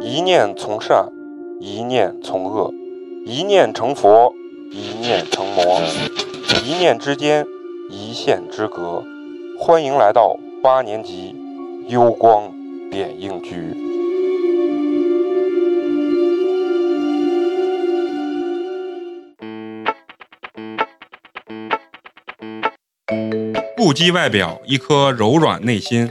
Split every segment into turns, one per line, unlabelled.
一念从善，一念从恶，一念成佛，一念成魔，一念之间，一线之隔。欢迎来到八年级幽光点映局。不羁外表，一颗柔软内心。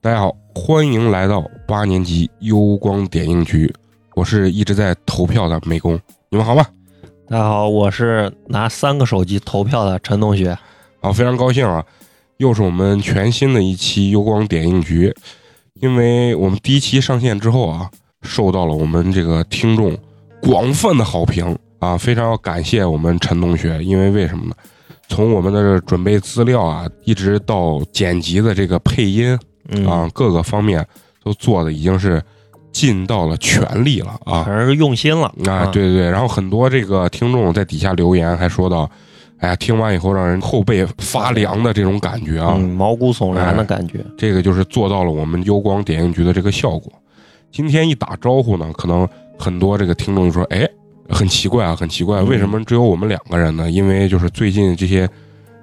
大家好，欢迎来到八年级幽光点映局，我是一直在投票的美工，你们好吗？
大家好，我是拿三个手机投票的陈同学。
啊，非常高兴啊，又是我们全新的一期幽光点映局，因为我们第一期上线之后啊，受到了我们这个听众广泛的好评啊，非常要感谢我们陈同学，因为为什么呢？从我们的准备资料啊，一直到剪辑的这个配音
嗯，
啊，各个方面都做的已经是尽到了全力了啊
反。正是用心了
啊，，对对对，然后很多这个听众在底下留言还说到，哎呀，听完以后让人后背发凉的这种感觉啊，
嗯，毛骨悚然的感觉。
这个就是做到了我们幽光点映局的这个效果。今天一打招呼呢，可能很多这个听众就说，哎，很奇怪啊，很奇怪，
嗯
为什么只有我们两个人呢？因为就是最近这些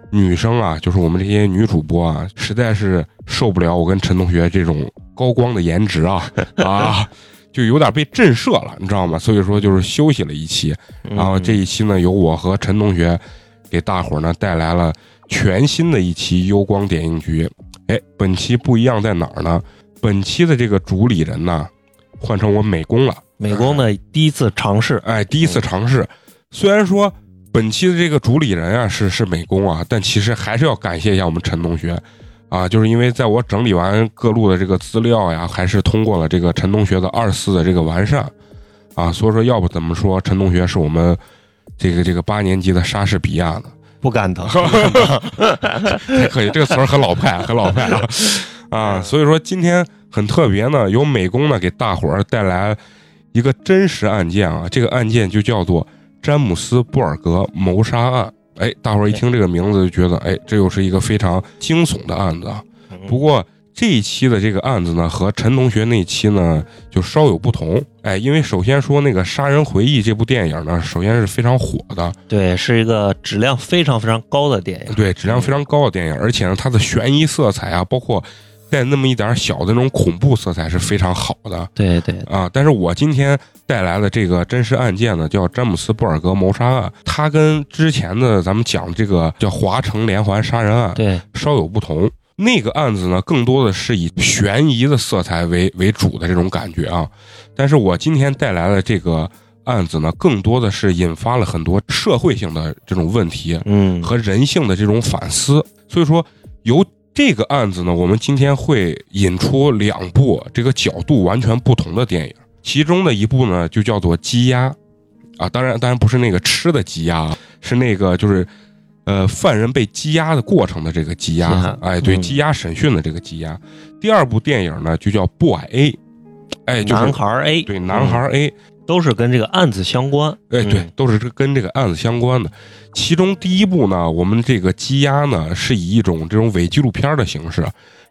女生啊，就是我们这些女主播啊，实在是受不了我跟陈同学这种高光的颜值啊啊，就有点被震慑了，你知道吗？所以说就是休息了一期。啊
嗯
然后嗯这一期呢，由我和陈同学给大伙儿呢带来了全新的一期幽光点映局。哎，本期不一样在哪儿呢？本期的这个主理人呢，换成我美工了。
美工的第一次尝试，
哎，第一次尝试。虽然说本期的这个主理人啊是是美工啊，但其实还是要感谢一下我们陈同学啊，就是因为在我整理完各路的这个资料呀，还是通过了这个陈同学的二次的这个完善啊，所以说要不怎么说陈同学是我们这个这个八年级的莎士比亚呢？
不敢当。
还可以，这个词儿很老派，很老派啊啊！所以说今天很特别呢，由美工呢给大伙儿带来一个真实案件啊，这个案件就叫做詹姆斯·布尔格谋杀案。哎，大伙儿一听这个名字就觉得，哎，这又是一个非常惊悚的案子啊。不过这一期的这个案子呢，和陈同学那期呢就稍有不同。哎，因为首先说那个《杀人回忆》这部电影呢，首先是非常火的，
对，是一个质量非常非常高的电影。
对，质量非常高的电影，而且呢，它的悬疑色彩啊，包括带那么一点儿小的那种恐怖色彩是非常好的
对对，
啊。但是我今天带来的这个真实案件呢，叫詹姆斯·布尔格谋杀案，它跟之前的咱们讲这个叫华城连环杀人案
对，
稍有不同。那个案子呢，更多的是以悬疑的色彩为为主的这种感觉啊。但是我今天带来的这个案子呢，更多的是引发了很多社会性的这种问题，
嗯，
和人性的这种反思。所以说，由这个案子呢，我们今天会引出两部这个角度完全不同的电影，其中的一部呢就叫做《鸡鸭》啊，当然当然不是那个吃的鸡鸭啊，是那个就是。呃，犯人被羁押的过程的这个羁
羁
押
押，
哎，对，
嗯
羁押审讯的这个羁押。第二部电影呢，就叫《不矮 A》，哎，就是
男孩 A，嗯
对男孩 A，
都是跟这个案子相关。
哎，对
嗯，
都是这跟这个案子相关的。其中第一部呢，我们这个羁押呢，是以一种这种伪纪录片的形式，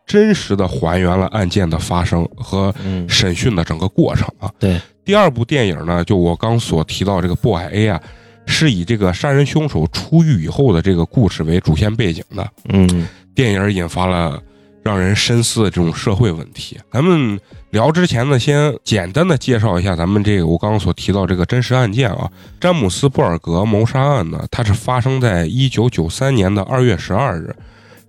真实的还原了案件的发生和
嗯，
审讯的整个过程啊。
对，
第二部电影呢，就我刚所提到这个《不海 A》啊，是以这个杀人凶手出狱以后的这个故事为主线背景的。
嗯，
电影引发了让人深思的这种社会问题。咱们聊之前呢，先简单的介绍一下咱们这个我刚刚所提到这个真实案件啊，詹姆斯·布尔格谋杀案呢，它是发生在一九九三年的二月十二日，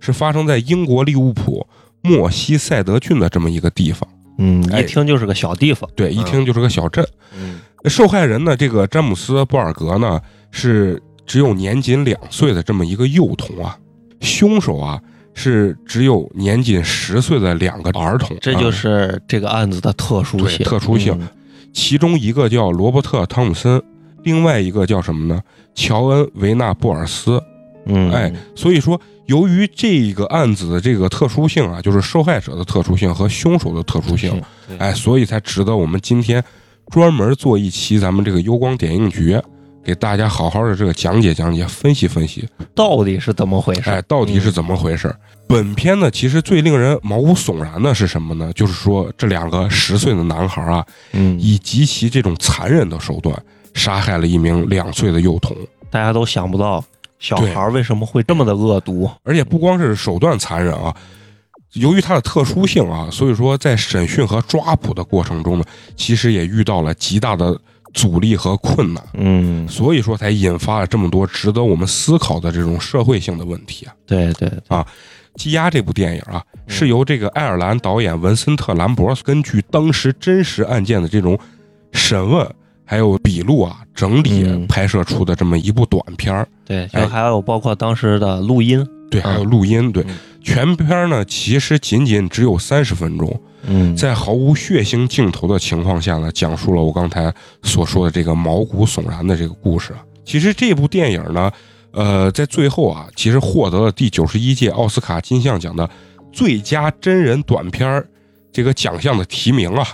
是发生在英国利物浦莫西塞德郡的这么一个地方。
嗯，
哎
一听就是个小地方。
对，一听就是个小镇。
嗯，
受害人呢，这个詹姆斯·布尔格呢，是只有年仅两岁的这么一个幼童啊，凶手啊是只有年仅十岁的两个儿童啊，
这就是这个案子的特殊
对
性，
特殊性
嗯
啊其中一个叫罗伯特·汤姆森，另外一个叫什么呢？乔恩·维纳布尔斯。
嗯，
哎，所以说，由于这个案子的这个特殊性啊，就是受害者的特殊性和凶手的特殊性，
对，
哎，所以才值得我们今天专门做一期咱们这个幽光点映局，给大家好好的这个讲解讲解、分析分析，
到底是怎么回事？嗯
哎，到底是怎么回事？本片呢，其实最令人毛骨悚然的是什么呢？就是说，这两个十岁的男孩啊，
嗯，
以极其这种残忍的手段杀害了一名两岁的幼童。
大家都想不到小孩儿为什么会这么的恶毒。
而且不光是手段残忍啊，由于它的特殊性啊，所以说在审讯和抓捕的过程中呢，其实也遇到了极大的阻力和困难，
嗯，
所以说才引发了这么多值得我们思考的这种社会性的问题啊。
对对，
《积压》这部电影啊，
嗯
是由这个爱尔兰导演文森特·兰博根据当时真实案件的这种审问还有笔录啊整理
嗯
拍摄出的这么一部短片儿。
对，
哎
就还有包括当时的录音，
对，还有录音，对
嗯，
全片儿呢其实仅仅只有三十分钟，
嗯，
在毫无血腥镜头的情况下呢，讲述了我刚才所说的这个毛骨悚然的这个故事。啊其实这部电影呢，呃，在最后啊，其实获得了第九十一届奥斯卡金像奖的最佳真人短片儿这个奖项的提名啊。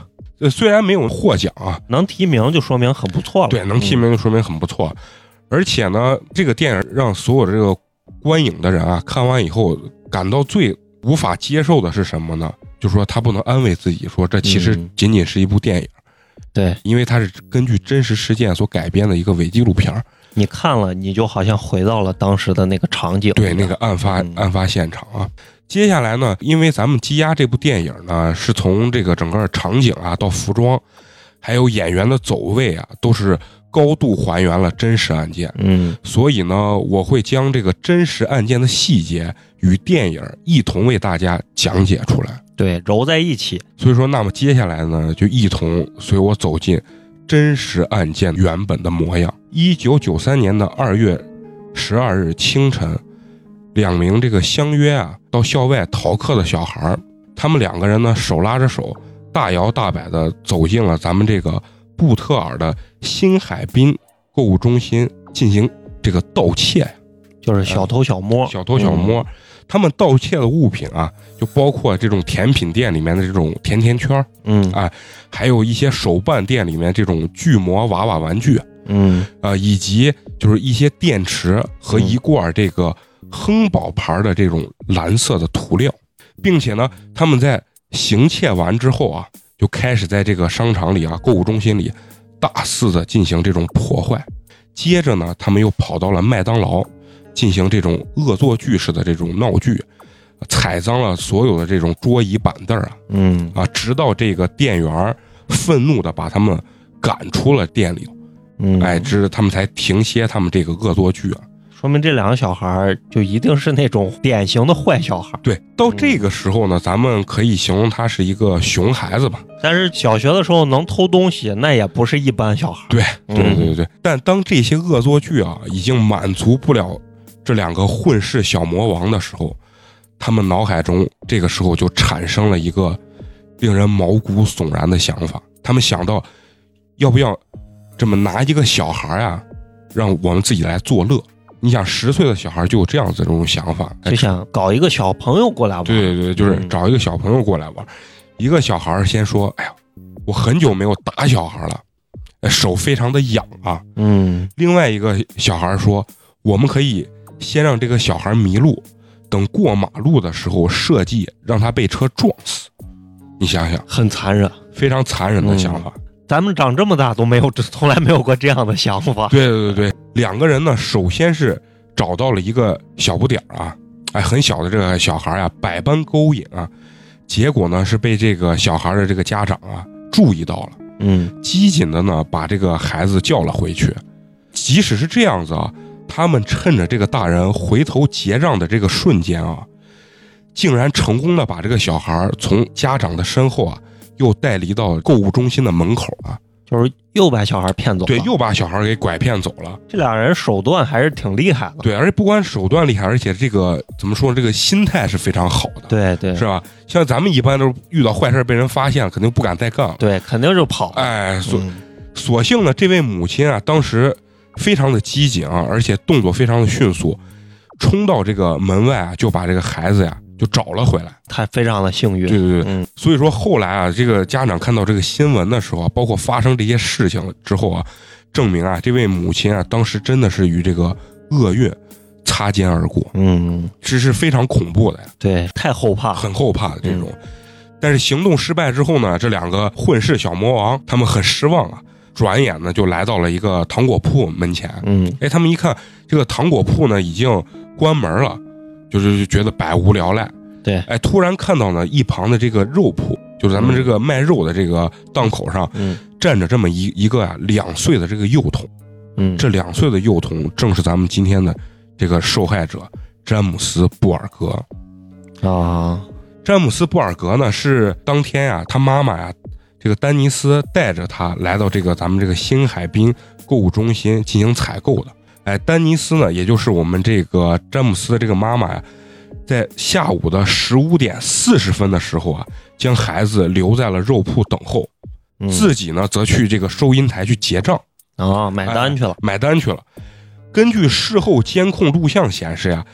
呃，虽然没有获奖啊，
能提名就说明很不错了。
对，能提名就
嗯
说明很不错。而且呢，这个电影让所有这个观影的人啊，看完以后感到最无法接受的是什么呢？就说他不能安慰自己说这其实
嗯
仅仅是一部电影，
嗯。对，
因为它是根据真实事件所改编的一个伪纪录片儿，
你看了，你就好像回到了当时的那个场景。
对那个案发
嗯
案发现场啊。接下来呢，因为咱们《积压》这部电影呢，是从这个整个场景啊到服装，还有演员的走位啊，都是高度还原了真实案件。
嗯，
所以呢，我会将这个真实案件的细节与电影一同为大家讲解出来。
对，揉在一起。
所以说，那么接下来呢，就一同随我走进真实案件原本的模样。一九九三年的二月十二日清晨，两名这个相约啊到校外逃课的小孩儿，他们两个人呢手拉着手，大摇大摆的走进了咱们这个布特尔的新海滨购物中心进行这个盗窃呀。
就是小偷小摸，
嗯小偷
嗯
小摸，他们盗窃的物品啊，就包括这种甜品店里面的这种甜甜圈儿，
嗯，
啊还有一些手办店里面这种巨魔娃娃玩具，
嗯
啊，以及就是一些电池和
嗯
一罐这个亨宝牌的这种蓝色的涂料，并且呢，他们在行窃完之后啊，就开始在这个商场里啊、购物中心里大肆的进行这种破坏。接着呢，他们又跑到了麦当劳，进行这种恶作剧式的这种闹剧，踩脏了所有的这种桌椅板凳啊
嗯
啊，直到这个店员儿愤怒的把他们赶出了店里。
嗯，
哎，，这他们才停歇他们这个恶作剧啊。
说明这两个小孩儿就一定是那种典型的坏小孩儿。
对，到这个时候呢，咱们可以形容他是一个熊孩子吧。
但是小学的时候能偷东西，那也不是一般小孩儿。
对，
嗯
对对对。但当这些恶作剧啊已经满足不了这两个混世小魔王的时候，他们脑海中这个时候就产生了一个令人毛骨悚然的想法。他们想到，要不要这么拿一个小孩啊，让我们自己来作乐？你想，十岁的小孩就有这样子这种想法，哎
就想搞一个小朋友过来玩。
对对对，就是
嗯
找一个小朋友过来玩。一个小孩儿先说：“哎呀，我很久没有打小孩了，哎手非常的痒啊。
嗯”
另外一个小孩儿说：“我们可以先让这个小孩迷路，等过马路的时候设计让他被车撞死。”你想想，，
很残忍。
非常残忍的想法。
咱们长这么大都没有，从来没有过这样的想法。
对 对对对，两个人呢，首先是找到了一个小不点儿啊，哎，很小的这个小孩啊，百般勾引啊，结果呢是被这个小孩的这个家长啊注意到了。
嗯
机警的呢把这个孩子叫了回去。即使是这样子啊，他们趁着这个大人回头结账的这个瞬间啊，竟然成功的把这个小孩儿从家长的身后啊又带离到购物中心的门口啊。
就是又把小孩骗走了。
对，又把小孩给拐骗走了。
这俩人手段还是挺厉害的。
对，而且不光手段厉害，而且这个怎么说，这个心态是非常好的，
对对
是吧？像咱们一般都是遇到坏事被人发现，肯定不敢再干了。
对，肯定就跑。
哎，所
嗯
所幸呢，这位母亲啊，当时非常的机警啊，而且动作非常的迅速，冲到这个门外啊，就把这个孩子呀就找了回来。
他非常的幸运。
对对对，
嗯
所以说后来啊，这个家长看到这个新闻的时候啊，包括发生这些事情之后啊，证明啊，这位母亲啊，当时真的是与这个厄运擦肩而过，
嗯，
这是非常恐怖的呀，
对，太后怕了。
很后怕的这种。
嗯
但是行动失败之后呢，这两个混世小魔王他们很失望啊，转眼呢就来到了一个糖果铺门前。
嗯，
哎，他们一看这个糖果铺呢已经关门了，就是就觉得百无聊赖。
对
哎，突然看到呢一旁的这个肉铺，就是咱们这个卖肉的这个档口上、
嗯
站着这么一一个啊两岁的这个幼童，
嗯，
这两岁的幼童正是咱们今天的这个受害者詹姆斯·布尔格。
啊，
詹姆斯·布尔格呢是当天呀、他妈妈呀、这个丹尼斯带着他来到这个咱们这个新海滨购物中心进行采购的。哎，丹尼斯呢，也就是我们这个詹姆斯的这个妈妈呀、在下午的十五点四十分的时候啊，将孩子留在了肉铺等候，
嗯
自己呢则去这个收银台去结账。
啊买单去了。
买单去了。根据事后监控录像显示呀、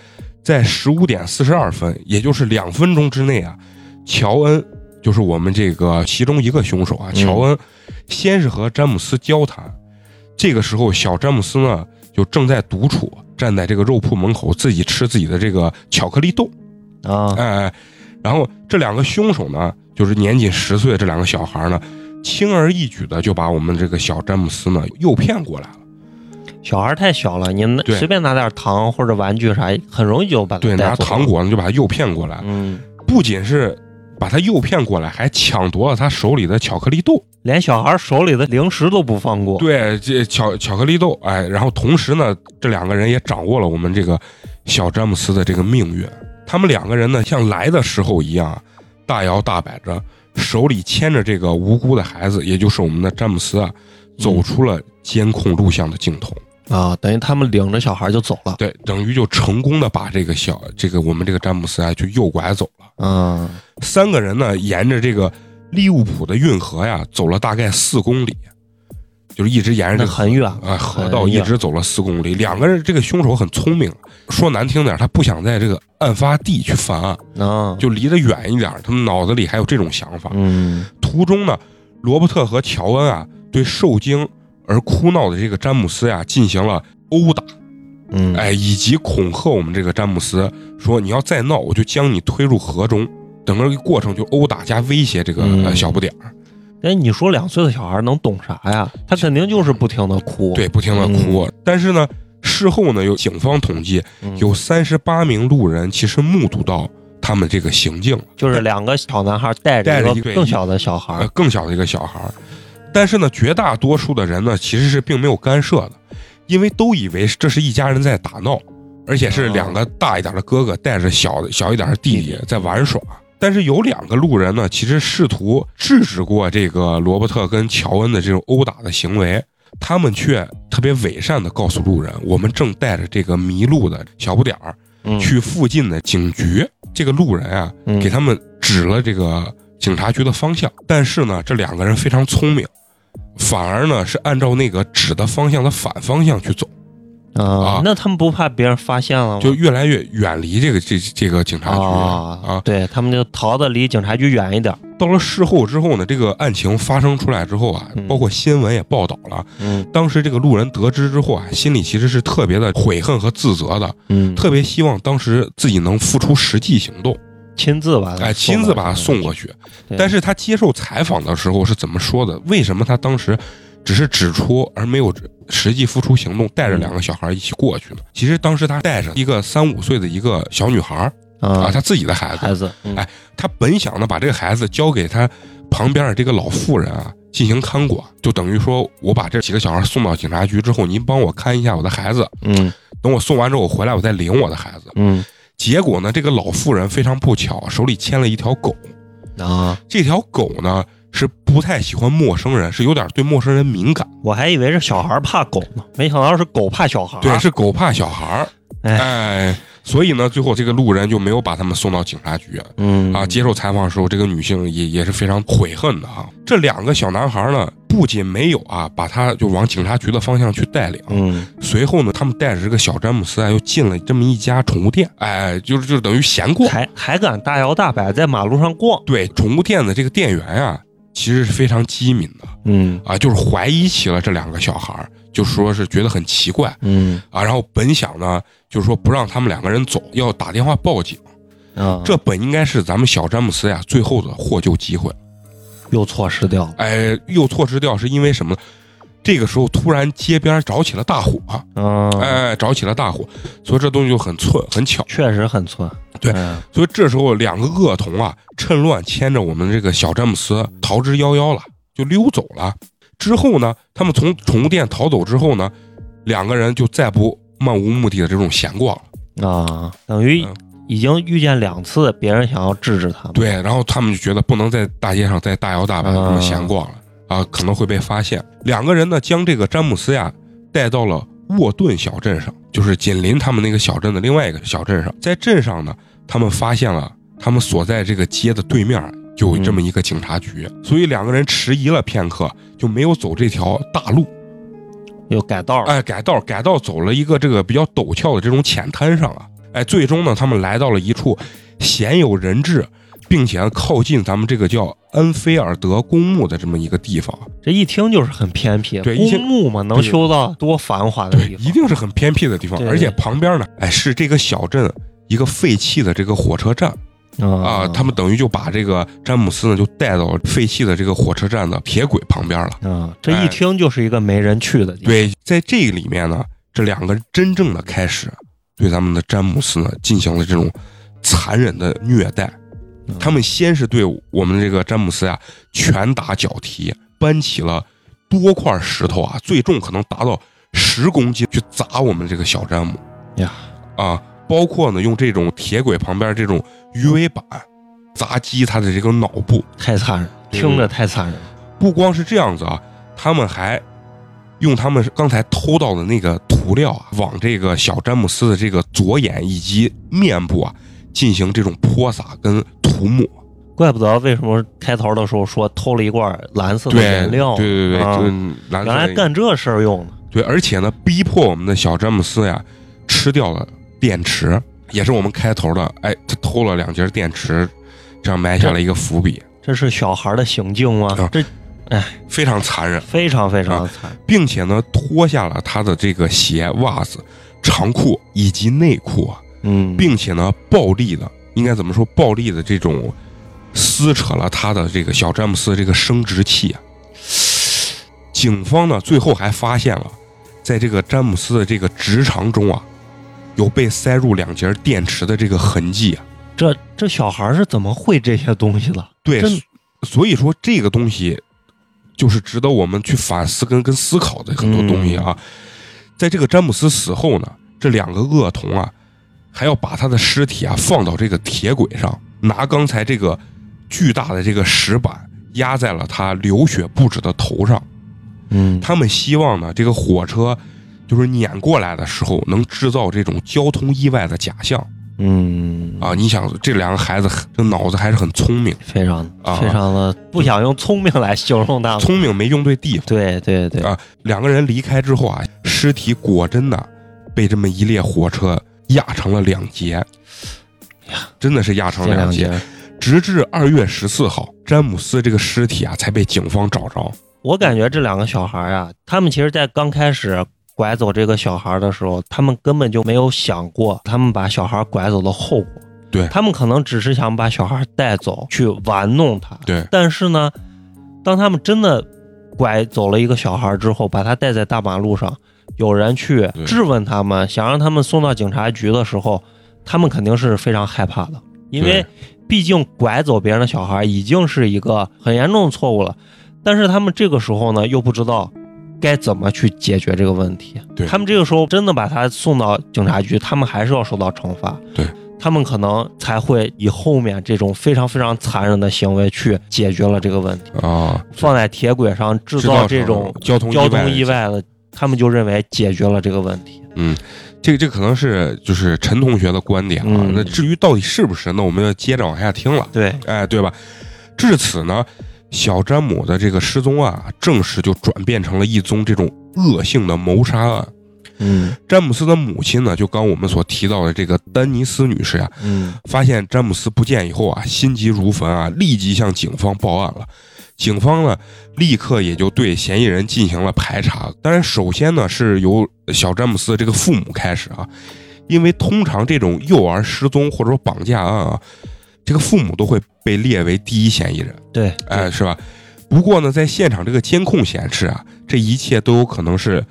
在十五点四十二分，也就是两分钟之内啊，乔恩就是我们这个其中一个凶手啊，
嗯
乔恩先是和詹姆斯交谈，这个时候小詹姆斯呢就正在独处，站在这个肉铺门口自己吃自己的这个巧克力豆，
啊，
哎哎，然后这两个凶手呢，就是年仅十岁的这两个小孩呢，轻而易举的就把我们这个小詹姆斯呢诱骗过来了。
小孩太小了，你拿
对
随便拿点糖或者玩具啥，很容易就把他
对，
带
拿
走
糖。果呢就把他诱骗过来，
嗯，
不仅是把他诱骗过来，还抢夺了他手里的巧克力豆。
连小孩手里的零食都不放过。
对，这巧巧克力豆，哎，然后同时呢，这两个人也掌握了我们这个小詹姆斯的这个命运。他们两个人呢，像来的时候一样，大摇大摆着，手里牵着这个无辜的孩子，也就是我们的詹姆斯啊，
嗯
走出了监控录像的镜头。
啊，等于他们领着小孩就走了。
对，等于就成功的把这个小这个我们这个詹姆斯啊，就诱拐走了。
嗯
三个人呢，沿着这个利物浦的运河呀，走了大概四公里，就是一直沿着这
那
个
很远
啊河道
很
一
远
直走了四公里。两个人，这个凶手很聪明，说难听点，他不想在这个案发地去犯案，
啊，
就离得远一点。他们脑子里还有这种想法。
嗯
途中呢，罗伯特和乔恩啊，对受惊而哭闹的这个詹姆斯呀，进行了殴打，
嗯，
哎，以及恐吓我们这个詹姆斯说：“你要再闹，我就将你推入河中。”整个过程就殴打加威胁这个、
嗯
呃小不点儿，
哎，你说两岁的小孩能懂啥呀？他肯定就是不停的哭。
对，不停的哭。但是呢，事后呢，有警方统计，
嗯，
有三十八名路人其实目睹到他们这个行径了，
就是两个小男孩带
带着
着
一
一
个
个更小的小
呃
孩，，
更小的一个小孩儿。但是呢，绝大多数的人呢，其实是并没有干涉的，因为都以为这是一家人在打闹，而且是
哦
两个大一点的哥哥带着小的小一点的弟弟在玩耍。但是有两个路人呢，其实试图制止过这个罗伯特跟乔恩的这种殴打的行为，他们却特别伪善的告诉路人，我们正带着这个迷路的小不点儿
嗯
去附近的警局。这个路人啊，
嗯
给他们指了这个警察局的方向。但是呢，这两个人非常聪明，反而呢是按照那个指的方向的反方向去走，啊
啊，那他们不怕别人发现了吗？
就越来越远离这个这这个警察局
啊，对他们就逃的离警察局远一点。
到了事后之后呢，这个案情发生出来之后啊，
嗯
包括新闻也报道了，
嗯
当时这个路人得知之后啊，心里其实是特别的悔恨和自责的，
嗯，
特别希望当时自己能付出实际行动，
亲自把他
哎，亲自把他送过去。
对
但是他接受采访的时候是怎么说的？为什么他当时只是指出而没有实际付出行动，带着两个小孩一起过去呢？其实当时他带着一个三五岁的一个小女孩儿啊，
啊，
他自己的孩子，
孩子，嗯
哎他本想呢把这个孩子交给他旁边的这个老妇人啊进行看管，就等于说我把这几个小孩送到警察局之后，您帮我看一下我的孩子，
嗯
等我送完之后我回来我再领我的孩子。
嗯
结果呢，这个老妇人非常不巧，手里牵了一条狗，
啊
这条狗呢是不不太喜欢陌生人，是有点对陌生人敏感。
我还以为是小孩怕狗呢，没想到是狗怕小孩。
对，是狗怕小孩儿。
啊哎
哎，所以呢，最后这个路人就没有把他们送到警察局
嗯
啊。接受采访的时候，这个女性也也是非常悔恨的哈。这两个小男孩呢，不仅没有啊把他就往警察局的方向去带领，
嗯，
随后呢，他们带着这个小詹姆斯啊，又进了这么一家宠物店，哎，就是就是等于闲逛。
还还敢大摇大摆在马路上逛。
对，宠物店的这个店员啊，其实是非常机敏的
嗯
啊，就是怀疑起了这两个小孩儿，就说是觉得很奇怪
嗯
啊，然后本想呢，就是说不让他们两个人走，要打电话报警。
啊，
这本应该是咱们小詹姆斯呀最后的获救机会，
又错失掉了。
哎，又错失掉是因为什么？这个时候突然街边着起了大火，
嗯，
哎，着起了大火，所以这东西就很寸很巧。
确实很寸。
对
嗯
所以这时候两个恶童啊，趁乱牵着我们这个小詹姆斯逃之夭夭了，就溜走了。之后呢，他们从宠物店逃走之后呢，两个人就再不漫无目的的这种闲逛了。
啊，等于
嗯
已经遇见两次别人想要制止他们。
对，然后他们就觉得不能在大街上再大摇大摆地这么闲逛了、
嗯
啊，可能会被发现。两个人呢，将这个詹姆斯呀带到了沃顿小镇上，就是紧邻他们那个小镇的另外一个小镇上。在镇上呢，他们发现了他们所在这个街的对面就有这么
嗯
一个警察局，所以两个人迟疑了片刻，就没有走这条大路，
又改道了。
哎，改道改道走了一个这个比较陡峭的这种浅滩上啊，哎，最终呢，他们来到了一处鲜有人质，并且靠近咱们这个叫恩菲尔德公墓的这么一个地方，
这一听就是很偏僻。
对一
公
听
墓嘛，能
对
修到多繁华的
对，
地方。
一定是很偏僻的地方
对，对
而且旁边呢，哎，是这个小镇一个废弃的这个火车站
哦
啊，他们等于就把这个詹姆斯呢就带到废弃的这个火车站的铁轨旁边了。
啊，这
哎
一听就是一个没人去的地方。
对，在这里面呢，这两个人真正的开始对咱们的詹姆斯呢进行了这种残忍的虐待。
嗯
他们先是对我们这个詹姆斯啊拳打脚踢，搬起了多块石头啊，最重可能达到十公斤去砸我们这个小詹姆
呀
啊，包括呢用这种铁轨旁边这种鱼尾板砸击他的这个脑部，
太残忍，
对
听着太残忍。
不光是这样子啊，他们还用他们刚才偷到的那个涂料啊，往这个小詹姆斯的这个左眼以及面部啊进行这种泼洒跟涂抹。
怪不得为什么开头的时候说偷了一罐蓝色的
对
颜料，
对对对，嗯
啊
就是蓝
原
色
来
的
干这事儿用的。
对，而且呢，逼迫我们的小詹姆斯呀吃掉了电池，也是我们开头的，哎，他偷了两节电池，这样埋下了一个伏笔，
这是小孩的行径吗？
啊
这
非常残忍。
非常非常的惨。
并且呢脱下了他的这个鞋、袜子、长裤以及内裤啊，
嗯，
并且呢暴力的，应该怎么说？暴力的这种撕扯了他的这个小詹姆斯的这个生殖器啊。警方呢最后还发现了，在这个詹姆斯的这个直肠中啊，有被塞入两节电池的这个痕迹啊。
这这小孩是怎么会这些东西的？
对
真，
所以说这个东西就是值得我们去反思跟跟思考的很多东西啊。
嗯
在这个詹姆斯死后呢，这两个恶童啊，还要把他的尸体啊放到这个铁轨上，拿刚才这个巨大的这个石板压在了他流血不止的头上。
嗯，
他们希望呢，这个火车就是碾过来的时候，能制造这种交通意外的假象
嗯
啊。你想，这两个孩子这脑子还是很聪明，
非常
啊
非常的不想用聪明来形容他们。
聪明没用对地方。
对对对，
啊，两个人离开之后啊，尸体果真的被这么一列火车压成了两截，真的是压成
这
了
两
两
节
截。直至二月十四号，詹姆斯这个尸体啊才被警方找着。
我感觉这两个小孩啊，他们其实，在刚开始拐走这个小孩的时候，他们根本就没有想过他们把小孩拐走的后果。
对
他们可能只是想把小孩带走，去玩弄他。
对
但是呢，当他们真的拐走了一个小孩之后，把他带在大马路上，有人去
对
质问他们，想让他们送到警察局的时候，他们肯定是非常害怕的，因为
对
毕竟拐走别人的小孩已经是一个很严重的错误了。但是他们这个时候呢，又不知道该怎么去解决这个问题。
对
他们这个时候真的把他送到警察局，他们还是要受到惩罚。
对，
他们可能才会以后面这种非常非常残忍的行为去解决了这个问题。
啊，
放在铁轨上制
制造
造这种
交通
交通
意
意，外的，他们就认为解决了这个问题。
这个这个可能是就是陈同学的观点啊。
嗯
那至于到底是不是，那我们要接着往下听了，
对，
哎，对吧？至此呢，小詹姆的这个失踪啊，正式就转变成了一宗这种恶性的谋杀案。
嗯
詹姆斯的母亲呢，就刚我们所提到的这个丹尼斯女士呀、
嗯
发现詹姆斯不见以后啊，心急如焚啊，立即向警方报案了。警方呢，立刻也就对嫌疑人进行了排查。当然，首先呢是由小詹姆斯的这个父母开始啊，因为通常这种幼儿失踪或者说绑架案啊，这个父母都会被列为第一嫌疑人，
对，
哎，是吧？不过呢，在现场这个监控显示啊，这一切都有可能是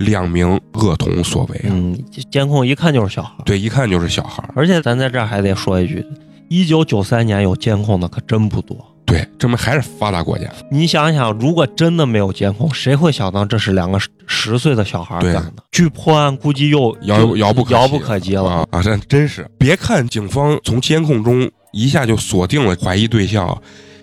两名恶童所为啊。
嗯，监控一看就是小孩。
对，一看就是小孩儿。
而且咱在这儿还得说一句，一九九三年有监控的可真不多。
对，证明还是发达国家。
你想一想，如果真的没有监控，谁会想到这是两个十十岁的小孩
对
干的？距破案估计又
遥
就
遥不可及
遥不可及了。
啊啊！这真是，别看警方从监控中一下就锁定了怀疑对象啊，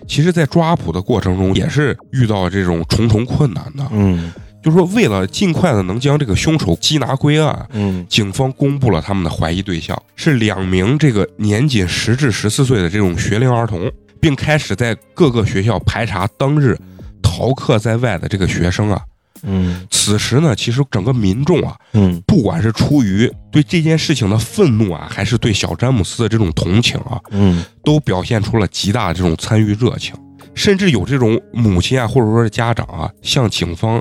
其实在抓捕的过程中也是遇到这种重重困难的。
嗯
就是说，为了尽快的能将这个凶手缉拿归案，
嗯
警方公布了他们的怀疑对象是两名这个年仅十至十四岁的这种学龄儿童，并开始在各个学校排查当日逃课在外的这个学生啊。
嗯
此时呢，其实整个民众啊
嗯
不管是出于对这件事情的愤怒啊，还是对小詹姆斯的这种同情啊，
嗯
都表现出了极大的这种参与热情，甚至有这种母亲啊，或者说是家长啊，向警方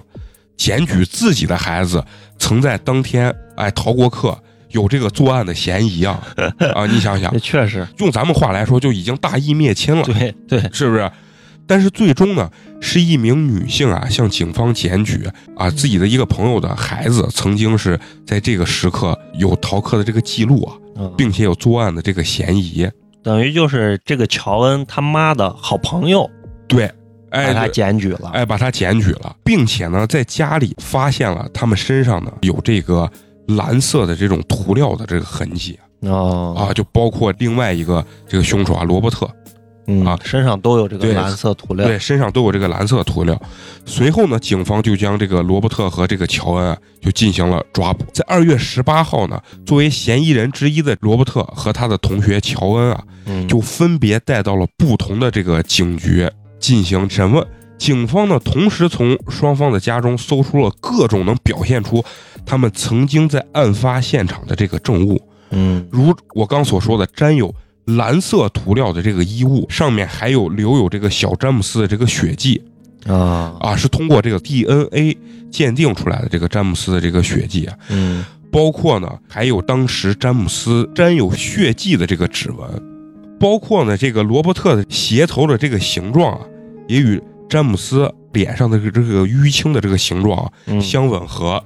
检举自己的孩子曾在当天哎逃过课，有这个作案的嫌疑啊啊！你想想
这，确实，
用咱们话来说，就已经大义灭亲了，
对对，
是不是？但是最终呢，是一名女性啊向警方检举啊自己的一个朋友的孩子曾经是在这个时刻有逃课的这个记录啊，
嗯
并且有作案的这个嫌疑。
等于就是这个乔恩他妈的好朋友
对，
把
哎，
他检举了。
哎，把他检举了，并且呢，在家里发现了他们身上呢有这个蓝色的这种涂料的这个痕迹
哦
啊，就包括另外一个这个凶手啊，罗伯特，
嗯
啊
身上都有这个
对
蓝色涂料。
对，身上都有这个蓝色涂料。随后呢，警方就将这个罗伯特和这个乔恩啊，就进行了抓捕。在二月十八号呢，作为嫌疑人之一的罗伯特和他的同学乔恩啊，
嗯，
就分别带到了不同的这个警局进行审问。警方呢，同时从双方的家中搜出了各种能表现出他们曾经在案发现场的这个证物，
嗯
如我刚所说的，沾有蓝色涂料的这个衣物，上面还有留有这个小詹姆斯的这个血迹
啊
啊，是通过这个 DNA 鉴定出来的这个詹姆斯的这个血迹啊，
嗯
包括呢还有当时詹姆斯沾有血迹的这个指纹，包括呢这个罗伯特的鞋头的这个形状啊，也与詹姆斯脸上的这个这个淤青的这个形状啊
嗯
相吻合，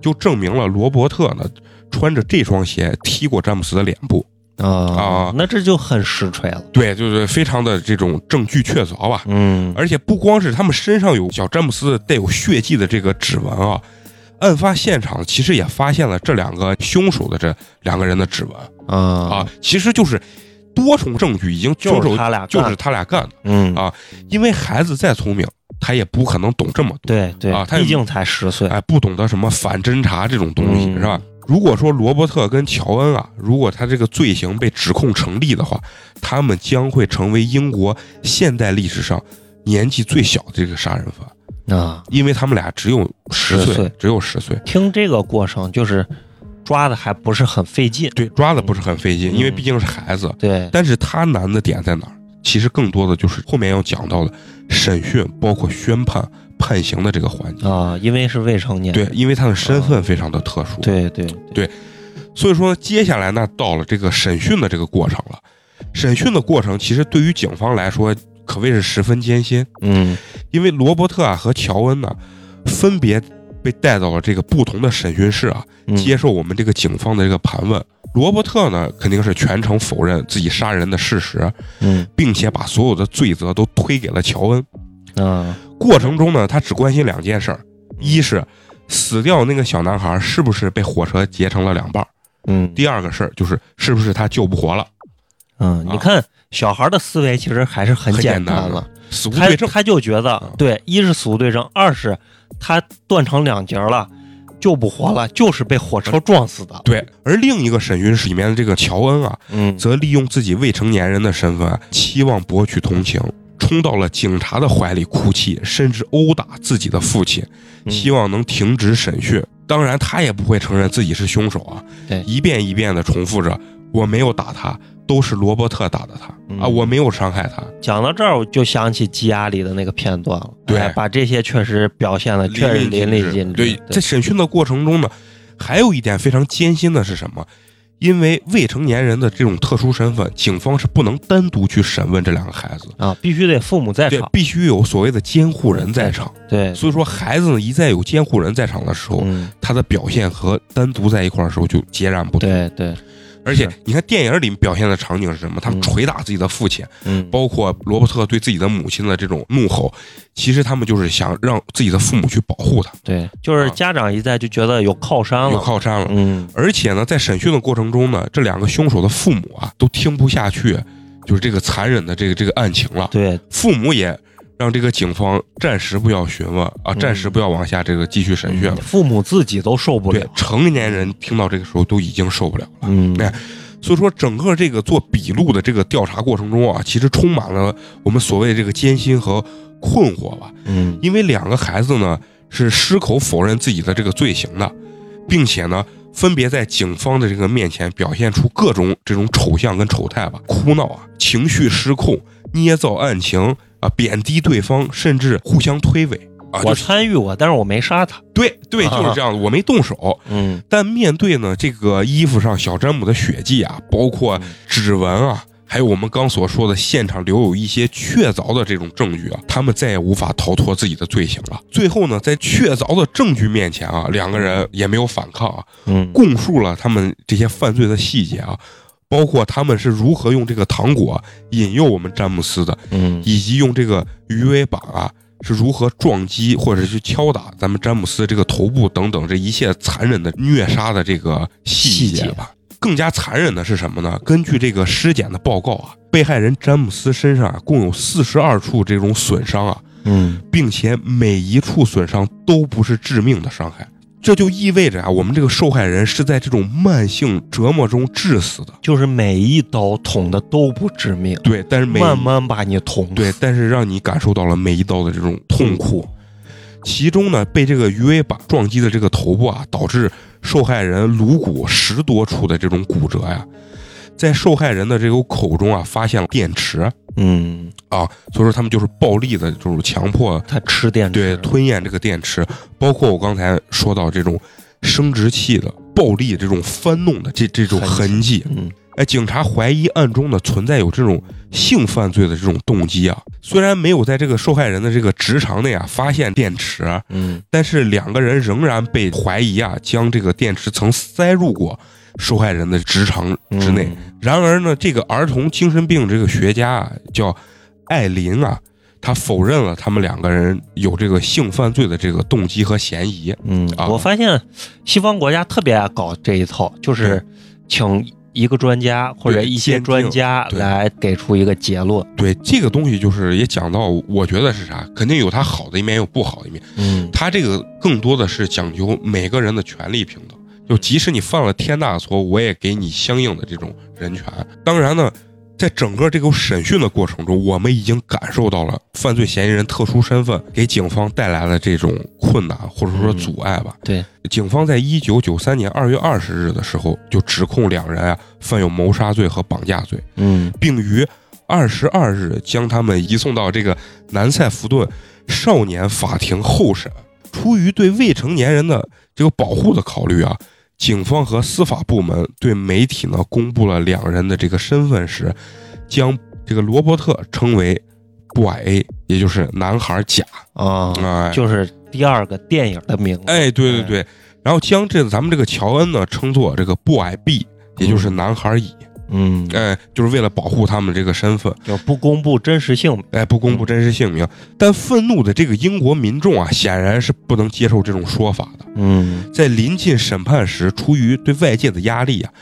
就证明了罗伯特呢穿着这双鞋踢过詹姆斯的脸部。
啊
啊
那这就很实锤了。
对，就是非常的这种证据确凿吧。
嗯，
而且不光是他们身上有小詹姆斯带有血迹的这个指纹啊，案发现场其实也发现了这两个凶手的这两个人的指纹
啊
啊，其实就是多重证据已经凶
就是
手
他俩干的，
就是他俩干的，
嗯
啊因为孩子再聪明，他也不可能懂这么多，
对对
啊他也
毕竟才十岁，
哎，不懂得什么反侦查这种东西
嗯
是吧？如果说罗伯特跟乔恩啊，如果他这个罪行被指控成立的话，他们将会成为英国现代历史上年纪最小的这个杀人犯。
啊，
因为他们俩只有十岁，
10岁
只有十岁，
听这个过程就是抓的还不是很费劲，
对，抓的不是很费劲，
嗯
因为毕竟是孩子。
对，
但是他难的点在哪儿？其实更多的就是后面要讲到的审讯，包括宣判、判刑的这个环节。
啊，因为是未成年，
对，因为他的身份非常的特殊，，
对对
对所以说接下来呢，到了这个审讯的这个过程了。审讯的过程其实对于警方来说可谓是十分艰辛，
嗯
因为罗伯特啊和乔恩呢、分别被带到了这个不同的审讯室啊，
嗯
接受我们这个警方的这个盘问。罗伯特呢，肯定是全程否认自己杀人的事实，
嗯
并且把所有的罪责都推给了乔恩。
啊
过程中呢，他只关心两件事儿：一是死掉那个小男孩是不是被火车截成了两半儿，
嗯
第二个事儿就是是不是他救不活了，
嗯，你看小孩的思维其实还是很
很
简
简单
的，
死无
他
对证。
他就觉得
嗯
对，一是死无对证，二是他断成两截了，救不活了，就是被火车撞死的。
对，而另一个审讯室里面的这个乔恩啊，
嗯，
则利用自己未成年人的身份，啊期望博取同情，冲到了警察的怀里哭泣，甚至殴打自己的父亲，
嗯
希望能停止审讯。当然，他也不会承认自己是凶手啊，
对
一遍一遍的重复着：“我没有打他，都是罗伯特打的他、
嗯
啊，我没有伤害他。
讲到这儿，我就想起《鸡鸭》里的那个片段了。
对
哎把这些确实表现的确实淋漓尽致。
对，在审讯的过程中呢，还有一点非常艰辛的是什么？因为未成年人的这种特殊身份，警方是不能单独去审问这两个孩子，
啊，必须得父母在
对
场，。
必须有所谓的监护人在场。
对，
所以说，孩子呢一在有监护人在场的时候，
嗯，
他的表现和单独在一块儿的时候就截然不同。
对对，
而且你看电影里表现的场景是什么？他们
嗯
捶打自己的父亲，
嗯，
包括罗伯特对自己的母亲的这种怒吼，其实他们就是想让自己的父母去保护他，
对，就是家长一在就觉得有靠山
啊有
了。
靠山了。
嗯
而且呢，在审讯的过程中呢，这两个凶手的父母啊，都听不下去，就是这个残忍的这个这个案情了，。
对，
父母也让这个警方暂时不要询问啊，
嗯
暂时不要往下这个继续审讯了。
父母自己都受不
对
了。
成年人听到这个时候都已经受不了了。
嗯，
哎所以说，整个这个做笔录的这个调查过程中啊，其实充满了我们所谓这个艰辛和困惑吧。
嗯
因为两个孩子呢是矢口否认自己的这个罪行的，并且呢分别在警方的这个面前表现出各种这种丑相跟丑态吧，哭闹啊，情绪失控，捏造案情啊，贬低对方，甚至互相推诿啊。
我
就是
参与过，但是我没杀他。
对对，
啊
就是这样的，我没动手。
嗯，
但面对呢这个衣服上小詹姆的血迹啊，包括
嗯
指纹啊，还有我们刚所说的现场留有一些确凿的这种证据啊，他们再也无法逃脱自己的罪行了。最后呢，在确凿的证据面前啊，两个人也没有反抗啊，
嗯，
供述了他们这些犯罪的细节啊。包括他们是如何用这个糖果引诱我们詹姆斯的，
嗯，
以及用这个鱼尾板啊是如何撞击或者是敲打咱们詹姆斯这个头部等等这一切残忍的虐杀的这个细节吧。更加残忍的是什么呢？根据这个尸检的报告啊，被害人詹姆斯身上啊共有四十二处这种损伤啊，
嗯，
并且每一处损伤都不是致命的伤害。这就意味着啊，我们这个受害人是在这种慢性折磨中致死的。
就是每一刀捅的都不致命，
对，但是每一
慢慢把你捅 死。
对，但是让你感受到了每一刀的这种痛苦。其中呢，被这个鱼尾板撞击的这个头部啊，导致受害人颅骨十多处的这种骨折呀、在受害人的这个口中啊，发现了电池
嗯，
啊，所以说他们就是暴力的这种强迫
他吃电池。
对吞咽这个电池，包括我刚才说到这种生殖器的暴力这种翻弄的这这种痕
痕
迹，
嗯
哎，警察怀疑案中呢存在有这种性犯罪的这种动机啊。虽然没有在这个受害人的这个直肠内啊发现电池，
嗯
但是两个人仍然被怀疑啊将这个电池曾塞入过受害人的直肠之内。
嗯
然而呢，这个儿童精神病这个学家啊叫艾琳啊，他否认了他们两个人有这个性犯罪的这个动机和嫌疑。
嗯，
啊
我发现西方国家特别爱搞这一套，就是请一个专家或者
对
一些
鉴定
专家
对
来给出一个结论。
对这个东西，就是也讲到，我觉得是啥，肯定有它好的一面，也有不好的一面。
嗯
他这个更多的是讲究每个人的权利平等，就即使你犯了天大的错误，我也给你相应的这种人权。当然呢，在整个这个审讯的过程中，我们已经感受到了犯罪嫌疑人特殊身份给警方带来的这种困难或者说
嗯
阻碍吧。
对，
警方在一九九三年二月二十日的时候就指控两人啊犯有谋杀罪和绑架罪。
嗯
并于二十二日将他们移送到这个南塞弗顿少年法庭候审。出于对未成年人的这个保护的考虑啊，警方和司法部门对媒体呢公布了两人的这个身份时，将这个罗伯特称为 Boy A，也就是男孩甲。
啊，
哎，
就是第二个电影的名字。
哎，对对对，然后将这咱们这个乔恩呢称作这个 Boy B，也就是男孩乙。
嗯，
哎，就是为了保护他们这个身份，
就不公布真实姓名。
哎，不公布真实姓名。但愤怒的这个英国民众啊，显然是不能接受这种说法的。
嗯
在临近审判时，出于对外界的压力啊，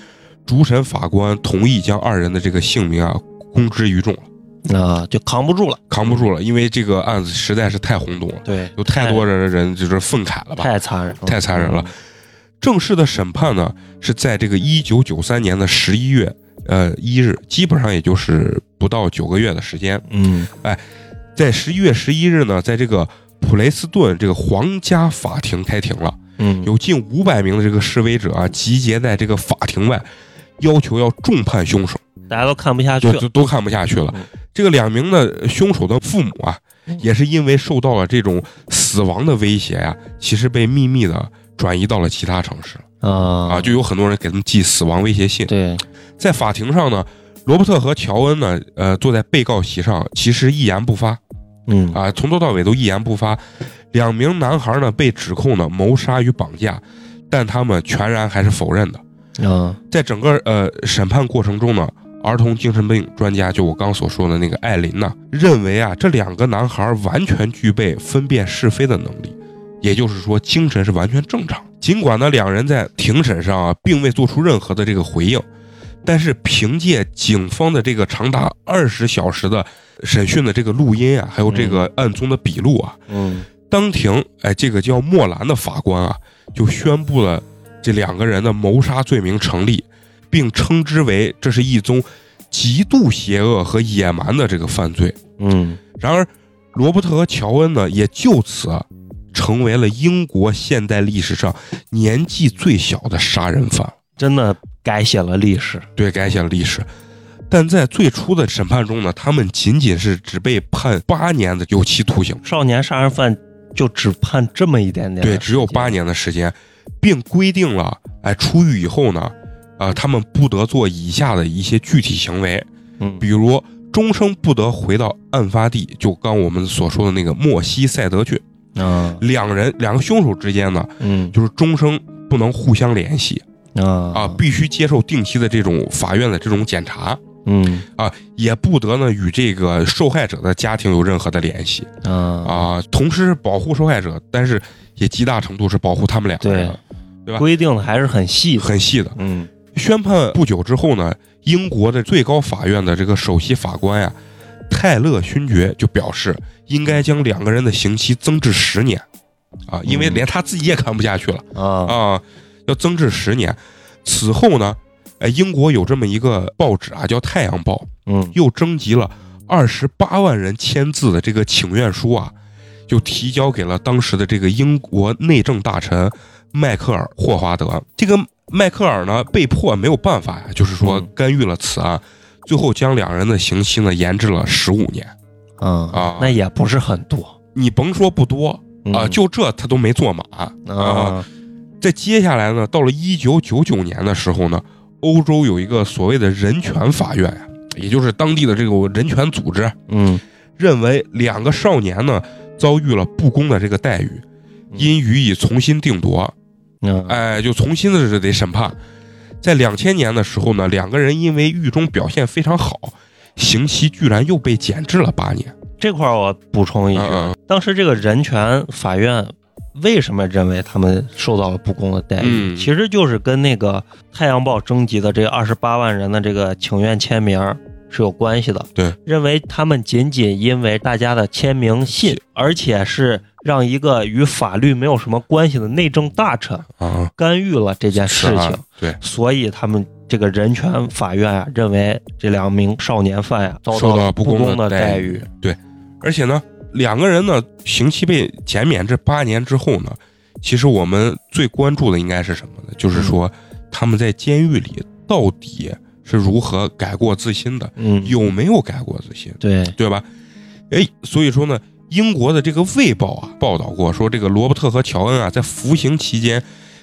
主审法官同意将二人的这个姓名啊公之于众了，
啊，就扛不住了。
扛不住了，因为这个案子实在是太轰动了，
对，
有太多人人就是愤慨了吧。
太残忍了，
太残忍了。正式的审判呢是在这个一九九三年的十一月呃一日，基本上也就是不到九个月的时间。
嗯
在十一月十一日呢，在这个普雷斯顿这个皇家法庭开庭了，
嗯，
有近五百名的这个示威者啊，集结在这个法庭外，要求要重判凶手，
大家都看不下去
就。就都看不下去了
嗯。
这个两名的凶手的父母啊，也是因为受到了这种死亡的威胁啊，其实被秘密的转移到了其他城市
啊
啊，就有很多人给他们寄死亡威胁信。
对，
在法庭上呢，罗伯特和乔恩呢，呃，坐在被告席上，其实一言不发。
嗯
啊，从头到尾都一言不发。两名男孩呢被指控呢谋杀与绑架，但他们全然还是否认的。
啊
在整个呃审判过程中呢，儿童精神病专家就我刚所说的那个艾琳呐，认为啊这两个男孩完全具备分辨是非的能力，也就是说精神是完全正常。尽管呢两人在庭审上啊并未做出任何的这个回应，但是凭借警方的这个长达二十小时的审讯的这个录音啊，还有这个案宗的笔录啊，
嗯
当庭，哎，这个叫莫兰的法官啊，就宣布了这两个人的谋杀罪名成立，并称之为这是一宗极度邪恶和野蛮的这个犯罪。
嗯
然而，罗伯特和乔恩呢，也就此啊成为了英国现代历史上年纪最小的杀人犯。
真的改写了历史。
对，改写了历史。但在最初的审判中呢，他们仅仅是只被判八年的有期徒刑。
少年杀人犯就只判这么一点点，
对，只有八。年的时间，并规定了，哎，出狱以后呢，呃，他们不得做以下的一些具体行为，
嗯
比如终生不得回到案发地，就刚我们所说的那个莫西塞德郡。
啊
两人两个凶手之间呢，
嗯
就是终生不能互相联系
啊
啊，必须接受定期的这种法院的这种检查
嗯
啊，也不得呢与这个受害者的家庭有任何的联系
啊
啊，同时是保护受害者，但是也极大程度是保护他们两个人
对。
吧
规定的还是很细的。
很细的。
嗯
宣判不久之后呢，英国的最高法院的这个首席法官呀，泰勒勋爵就表示，应该将两个人的刑期增至十年，啊，因为
嗯
连他自己也看不下去了
啊
啊，要增至十年。此后呢，哎，英国有这么一个报纸啊，叫《太阳报》，
嗯
又征集了二十八万人签字的这个请愿书啊，就提交给了当时的这个英国内政大臣迈克尔·霍华德。这个迈克尔呢，被迫没有办法呀，就是说
嗯
干预了此案，最后将两人的刑期呢延至了十五年
啊
啊，
那也不是很多
你甭说不多啊，
嗯
就这他都没坐满啊。
啊
在接下来呢，到了一九九九年的时候呢，欧洲有一个所谓的人权法院呀，也就是当地的这个人权组织，啊
嗯
认为两个少年呢遭遇了不公的这个待遇，
嗯
因予以重新定夺，
嗯
哎，就重新的是得审判。在两千年的时候呢，两个人因为狱中表现非常好，刑期居然又被减至了八年。
这块儿我补充一句，啊
嗯嗯
当时这个人权法院为什么认为他们受到了不公的待遇？
嗯
其实就是跟那个《太阳报》征集的这二十八万人的这个请愿签名儿是有关系的。
对，
认为他们仅仅因为大家的签名信，而且是让一个与法律没有什么关系的内政大臣
啊，
干预了这件
是
事情
啊，对，
所以他们。这个人权法院啊，认为这两名少年犯呀、遭
受到
了
不
不
公
的
的待
遇，
对，而且呢，两个人呢刑期被减免至八年之后呢，其实我们最关注的应该是什么呢？就是说
嗯
他们在监狱里到底是如何改过自新的，
嗯，
有没有改过自新？
对，
对吧？哎，所以说呢，英国的这个《卫报》啊报道过，说这个罗伯特和乔恩啊，在服刑期间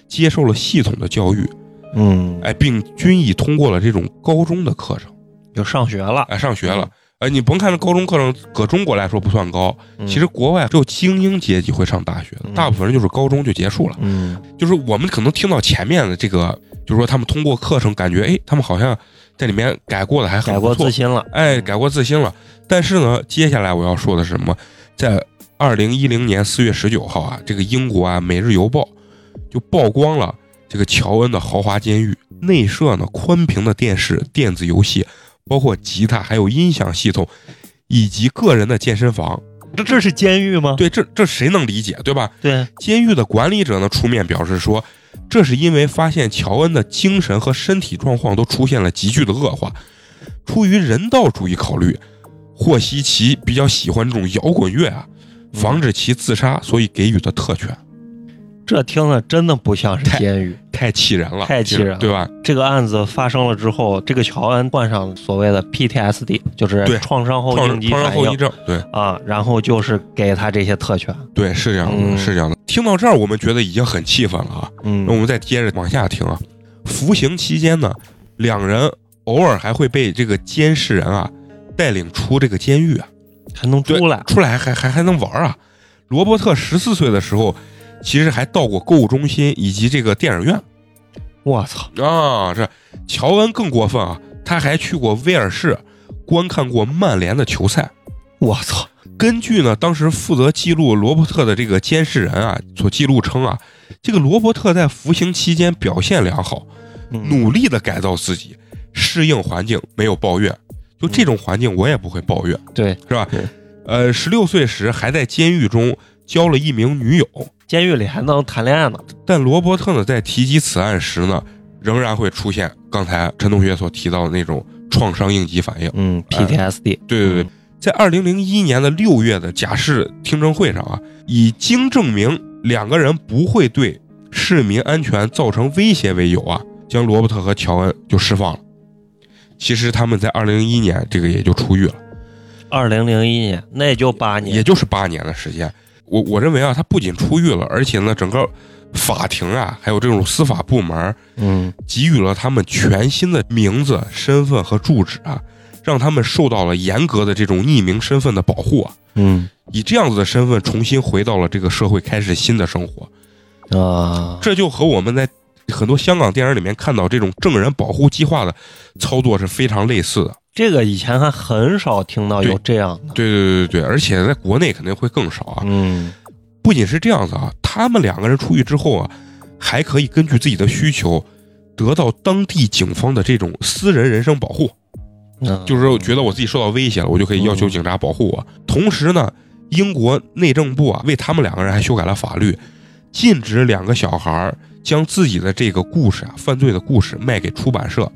接受了系统的教育，
嗯，
哎，并均已通过了这种高中的课程，
就上学了。
哎，上学了。哎，你甭看这高中课程，搁中国来说不算高，
嗯
其实，国外只有精英阶级会上大学的，
嗯
大部分人就是高中就结束了。
嗯
就是我们可能听到前面的这个，比如说他们通过课程感觉，哎，他们好像在里面改过的还很
改
不
过
错
自，新了，
哎，改过自新了。但是呢，接下来我要说的是什么？在二零一零年四月十九号啊，这个英国啊《每日邮报》就曝光了这个乔恩的豪华监狱，内设呢宽屏的电视、电子游戏，包括吉他还有音响系统，以及个人的健身房。
这这是监狱吗？
对，这这谁能理解，对吧？
对，
监狱的管理者呢出面表示说，这是因为发现乔恩的精神和身体状况都出现了急剧的恶化，出于人道主义考虑，霍希奇比较喜欢这种摇滚乐啊，
嗯
防止其自杀，所以给予的特权，
这听着真的不像是监狱。
太气人了，
太气人了
对吧？
这个案子发生了之后，这个乔恩患上所谓的 PTSD，就是
对
创伤后应
创
激
创伤
反
后遗
应
症，对
啊，然后就是给他这些特权。
对，是这样的，
嗯
是这样的。听到这儿，我们觉得已经很气愤了啊。那我
嗯
们再接着往下听啊。服刑期间呢，两人偶尔还会被这个监视人啊带领出这个监狱啊。
还能
对
出来，
出来还还还能玩啊！罗伯特十四岁的时候，其实还到过购物中心以及这个电影院
我操！
啊。这乔恩更过分啊，他还去过威尔士观看过曼联的球赛。
我操！
根据呢，当时负责记录罗伯特的这个监视人啊，所记录称啊，这个罗伯特在服刑期间表现良好，
嗯
努力的改造自己，适应环境，没有抱怨。就这种环境，我也不会抱怨，
对，
是吧
对？
呃，十六岁时还在监狱中交了一名女友，
监狱里还能谈恋爱呢。
但罗伯特呢，在提及此案时呢，仍然会出现刚才陈同学所提到的那种创伤应激反应。
嗯，PTSD，
对对对，在二零零一年的六月的假释听证会上啊，以经证明两个人不会对市民安全造成威胁为由啊，将罗伯特和乔恩就释放了。其实他们在二零零一年这个也就出狱了，
二零零一年，那也就八
也
年。
就是八年的时间。我我认为啊，他不仅出狱了，而且呢，整个法庭啊，还有这种司法部门儿
嗯，
给予了他们全新的名字、身份和住址啊，让他们受到了严格的这种匿名身份的保护啊，
嗯
以这样子的身份重新回到了这个社会，开始新的生活。
啊，
这就和我们在很多香港电影里面看到这种证人保护计划的操作是非常类似的。
这个以前还很少听到有这样的。
对对对对对，而且在国内肯定会更少啊。
嗯，
不仅是这样子啊，他们两个人出狱之后啊，还可以根据自己的需求，得到当地警方的这种私人人身保护。
嗯
就是我觉得我自己受到威胁了，我就可以要求警察保护我。同时呢，英国内政部啊为他们两个人还修改了法律，禁止两个小孩儿将自己的这个故事啊犯罪的故事卖给出版社，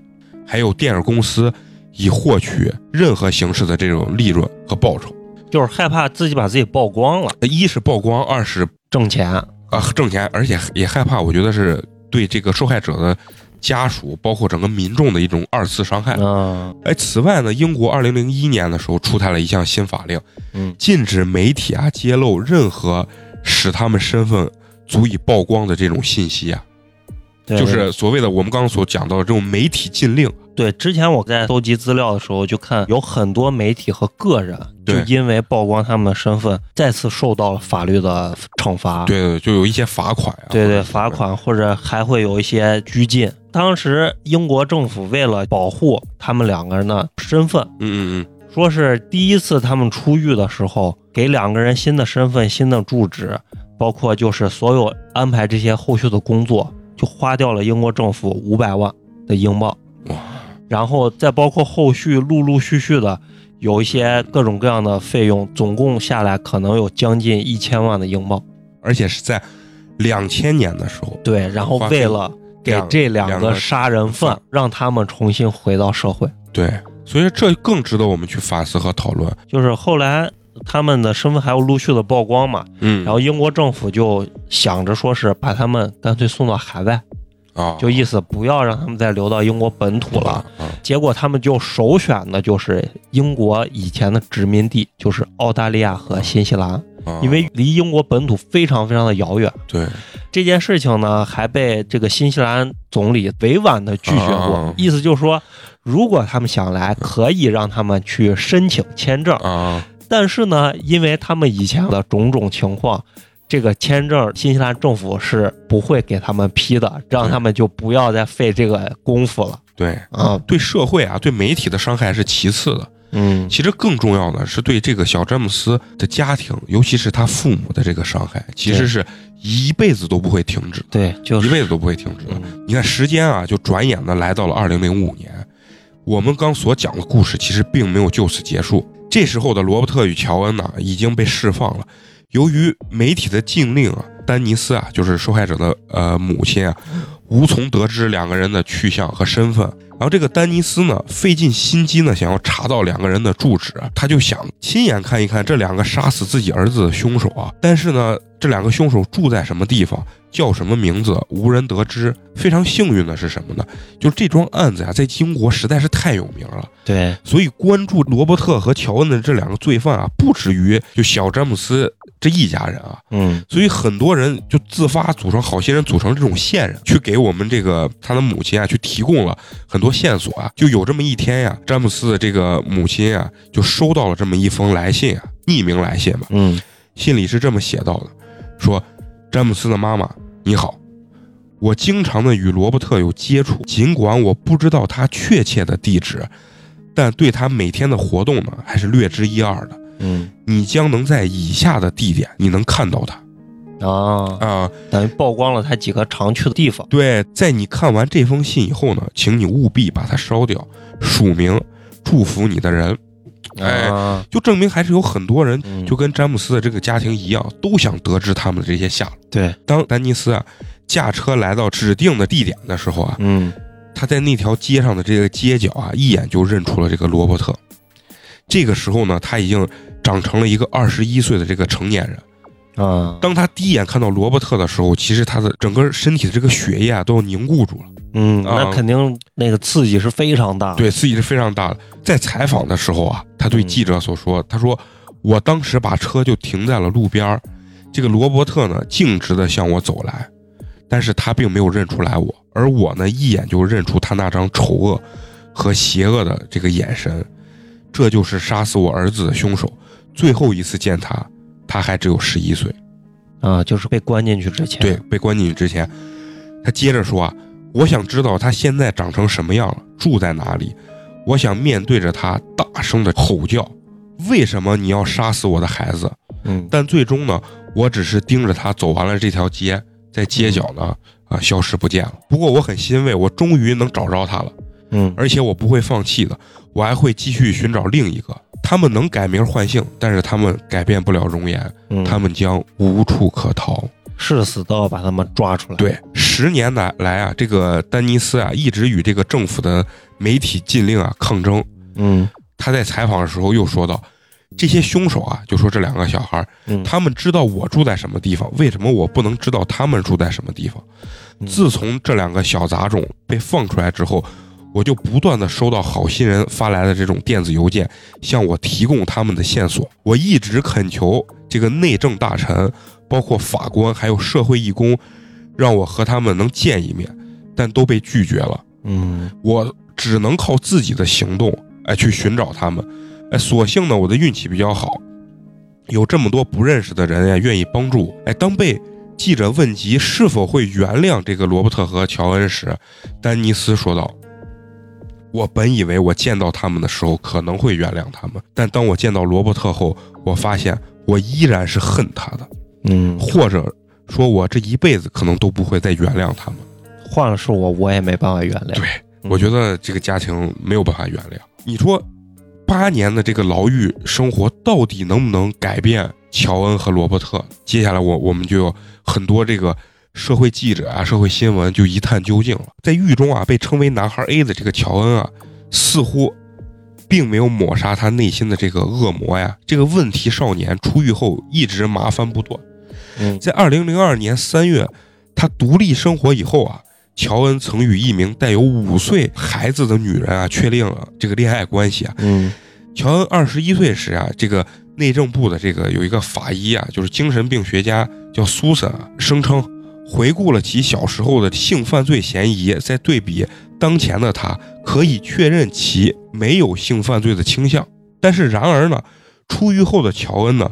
还有电影公司，以获取任何形式的这种利润和报酬。
就是害怕自己把自己曝光了，
一是曝光，二是
挣钱。
啊挣钱，而且也害怕，我觉得是对这个受害者的家属，包括整个民众的一种二次伤害。
嗯
哎，此外呢，英国二零零一年的时候出台了一项新法令，
嗯
禁止媒体啊揭露任何使他们身份足以曝光的这种信息啊，
对啊
就是所谓的我们刚刚所讲到的这种媒体禁令。
对。之前我在搜集资料的时候，就看有很多媒体和个人，就
对
因为曝光他们的身份，再次受到了法律的惩罚。
对对，就有一些罚款啊。
对
或
对，
者是
罚。款或者还会有一些拘禁。当时英国政府为了保护他们两个人的身份，
嗯嗯
说是第一次他们出狱的时候，给两个人新的身份、新的住址，包括就是所有安排这些后续的工作，就花掉了英国政府五百万的英镑。
嗯，哇，
然后再包括后续陆陆续续的有一些各种各样的费用，总共下来可能有将近一千万的英镑。
而且是在两千年的时候，
对，然后
花费
为了给
两
这两
两
个
个
杀人犯
犯，
让他们重新回到社会。
对，所以这更值得我们去反思和讨论。
就是后来他们的身份还有陆续的曝光嘛，
嗯，
然后英国政府就想着说是把他们干脆送到海外，
啊，
就意思不要让他们再留到英国本土了。
啊，
结果他们就首选的就是英国以前的殖民地，就是澳大利亚和新西兰，
啊
因为离英国本土非常非常的遥远。
对，
这件事情呢，还被这个新西兰总理委婉的拒绝
啊
过，意思就是说，如果他们想来，可以让他们去申请签证，
啊，
但是呢，因为他们以前的种种情况，这个签证新西兰政府是不会给他们批的，让他们就不要再费这个功夫了
对，
啊。
对社会啊，对媒体的伤害是其次的，
嗯
其实更重要的是对这个小詹姆斯的家庭，尤其是他父母的这个伤害，其实
对
是一辈子都不会停止的，
对，就
一
是
辈子都不会停止的。
嗯
你看时间啊，就转眼的来到了二零零五年。我们刚所讲的故事其实并没有就此结束。这时候的罗伯特与乔恩呢、已经被释放了。由于媒体的禁令啊，丹尼斯啊，就是受害者的呃母亲啊，无从得知两个人的去向和身份。然后这个丹尼斯呢，费尽心机呢，想要查到两个人的住址，啊他就想亲眼看一看这两个杀死自己儿子的凶手啊。但是呢，这两个凶手住在什么地方，叫什么名字，无人得知。非常幸运的是什么呢？就是这桩案子呀、在英国实在是太有名了，
对，
所以关注罗伯特和乔恩的这两个罪犯啊，不止于就小詹姆斯这一家人啊，
嗯
所以很多人就自发组成，好些人组成这种线人，去给我们这个他的母亲啊，去提供了很多线索啊。就有这么一天呀、詹姆斯的这个母亲啊，就收到了这么一封来信啊，匿名来信嘛，
嗯
信里是这么写到的，说：“詹姆斯的妈妈，你好，我经常的与罗伯特有接触，尽管我不知道他确切的地址，但对他每天的活动呢，还是略知一二的。
嗯
你将能在以下的地点，你能看到他
啊，
啊。
等于曝光了他几个常去的地方。
对，在你看完这封信以后呢，请你务必把它烧掉，署名祝福你的人，哎
啊，
就证明还是有很多人
嗯
就跟詹姆斯的这个家庭一样，都想得知他们的这些下落。
对，
当丹尼斯啊驾车来到指定的地点的时候啊，
嗯
他在那条街上的这个街角啊，一眼就认出了这个罗伯特。这个时候呢，他已经长成了一个二十一岁的这个成年人。
啊，
当他第一眼看到罗伯特的时候，其实他的整个身体的这个血液啊都凝固住了。
嗯，
啊
那肯定那个刺激是非常大的。
对刺激是非常大的。在采访的时候啊，他对记者所说，他说：“我当时把车就停在了路边儿，这个罗伯特呢径直的向我走来，但是他并没有认出来我，而我呢一眼就认出他那张丑恶和邪恶的这个眼神，这就是杀死我儿子的凶手。最后一次见他，他还只有十一岁。”
啊，就是被关进去之前。
对，被关进去之前，他接着说啊，我想知道他现在长成什么样了，住在哪里，我想面对着他大声的吼叫，为什么你要杀死我的孩子？
嗯，
但最终呢，我只是盯着他走完了这条街，在街角呢啊消失不见了。不过我很欣慰，我终于能找着他了，
嗯
而且我不会放弃的，我还会继续寻找另一个。他们能改名换姓，但是他们改变不了容颜，
嗯，
他们将无处可逃。
誓死都要把他们抓出来。，
对，十年来来啊，这个丹尼斯啊，一直与这个政府的媒体禁令啊抗争。
嗯
他在采访的时候又说到，这些凶手啊，就说这两个小孩儿，
嗯，
他们知道我住在什么地方，为什么我不能知道他们住在什么地方？
嗯
自从这两个小杂种被放出来之后，我就不断的收到好心人发来的这种电子邮件，向我提供他们的线索。我一直恳求这个内政大臣，包括法官还有社会义工，让我和他们能见一面，但都被拒绝了。
嗯
我只能靠自己的行动，哎，去寻找他们。哎，所幸呢，我的运气比较好，有这么多不认识的人呀，愿意帮助我。哎，当被记者问及是否会原谅这个罗伯特和乔恩时，丹尼斯说道：“我本以为我见到他们的时候可能会原谅他们，但当我见到罗伯特后，我发现我依然是恨他的，
嗯，
或者说，我这一辈子可能都不会再原谅他们。”
换了是我，我也没办法原谅。
对
嗯，
我觉得这个家庭没有办法原谅。你说，八年的这个牢狱生活到底能不能改变乔恩和罗伯特？接下来我我们就有很多这个社会记者啊、社会新闻就一探究竟了。在狱中啊，被称为“男孩 A” 的这个乔恩啊，似乎并没有抹杀他内心的这个恶魔呀。这个问题少年出狱后一直麻烦不断。
嗯
在二零零二年三月，他独立生活以后啊，乔恩曾与一名带有五岁孩子的女人啊确定了这个恋爱关系啊。
嗯
乔恩二十一岁时啊，这个内政部的这个有一个法医啊，就是精神病学家叫苏珊啊，声称回顾了其小时候的性犯罪嫌疑，在对比当前的他，可以确认其没有性犯罪的倾向。但是然而呢，出狱后的乔恩呢，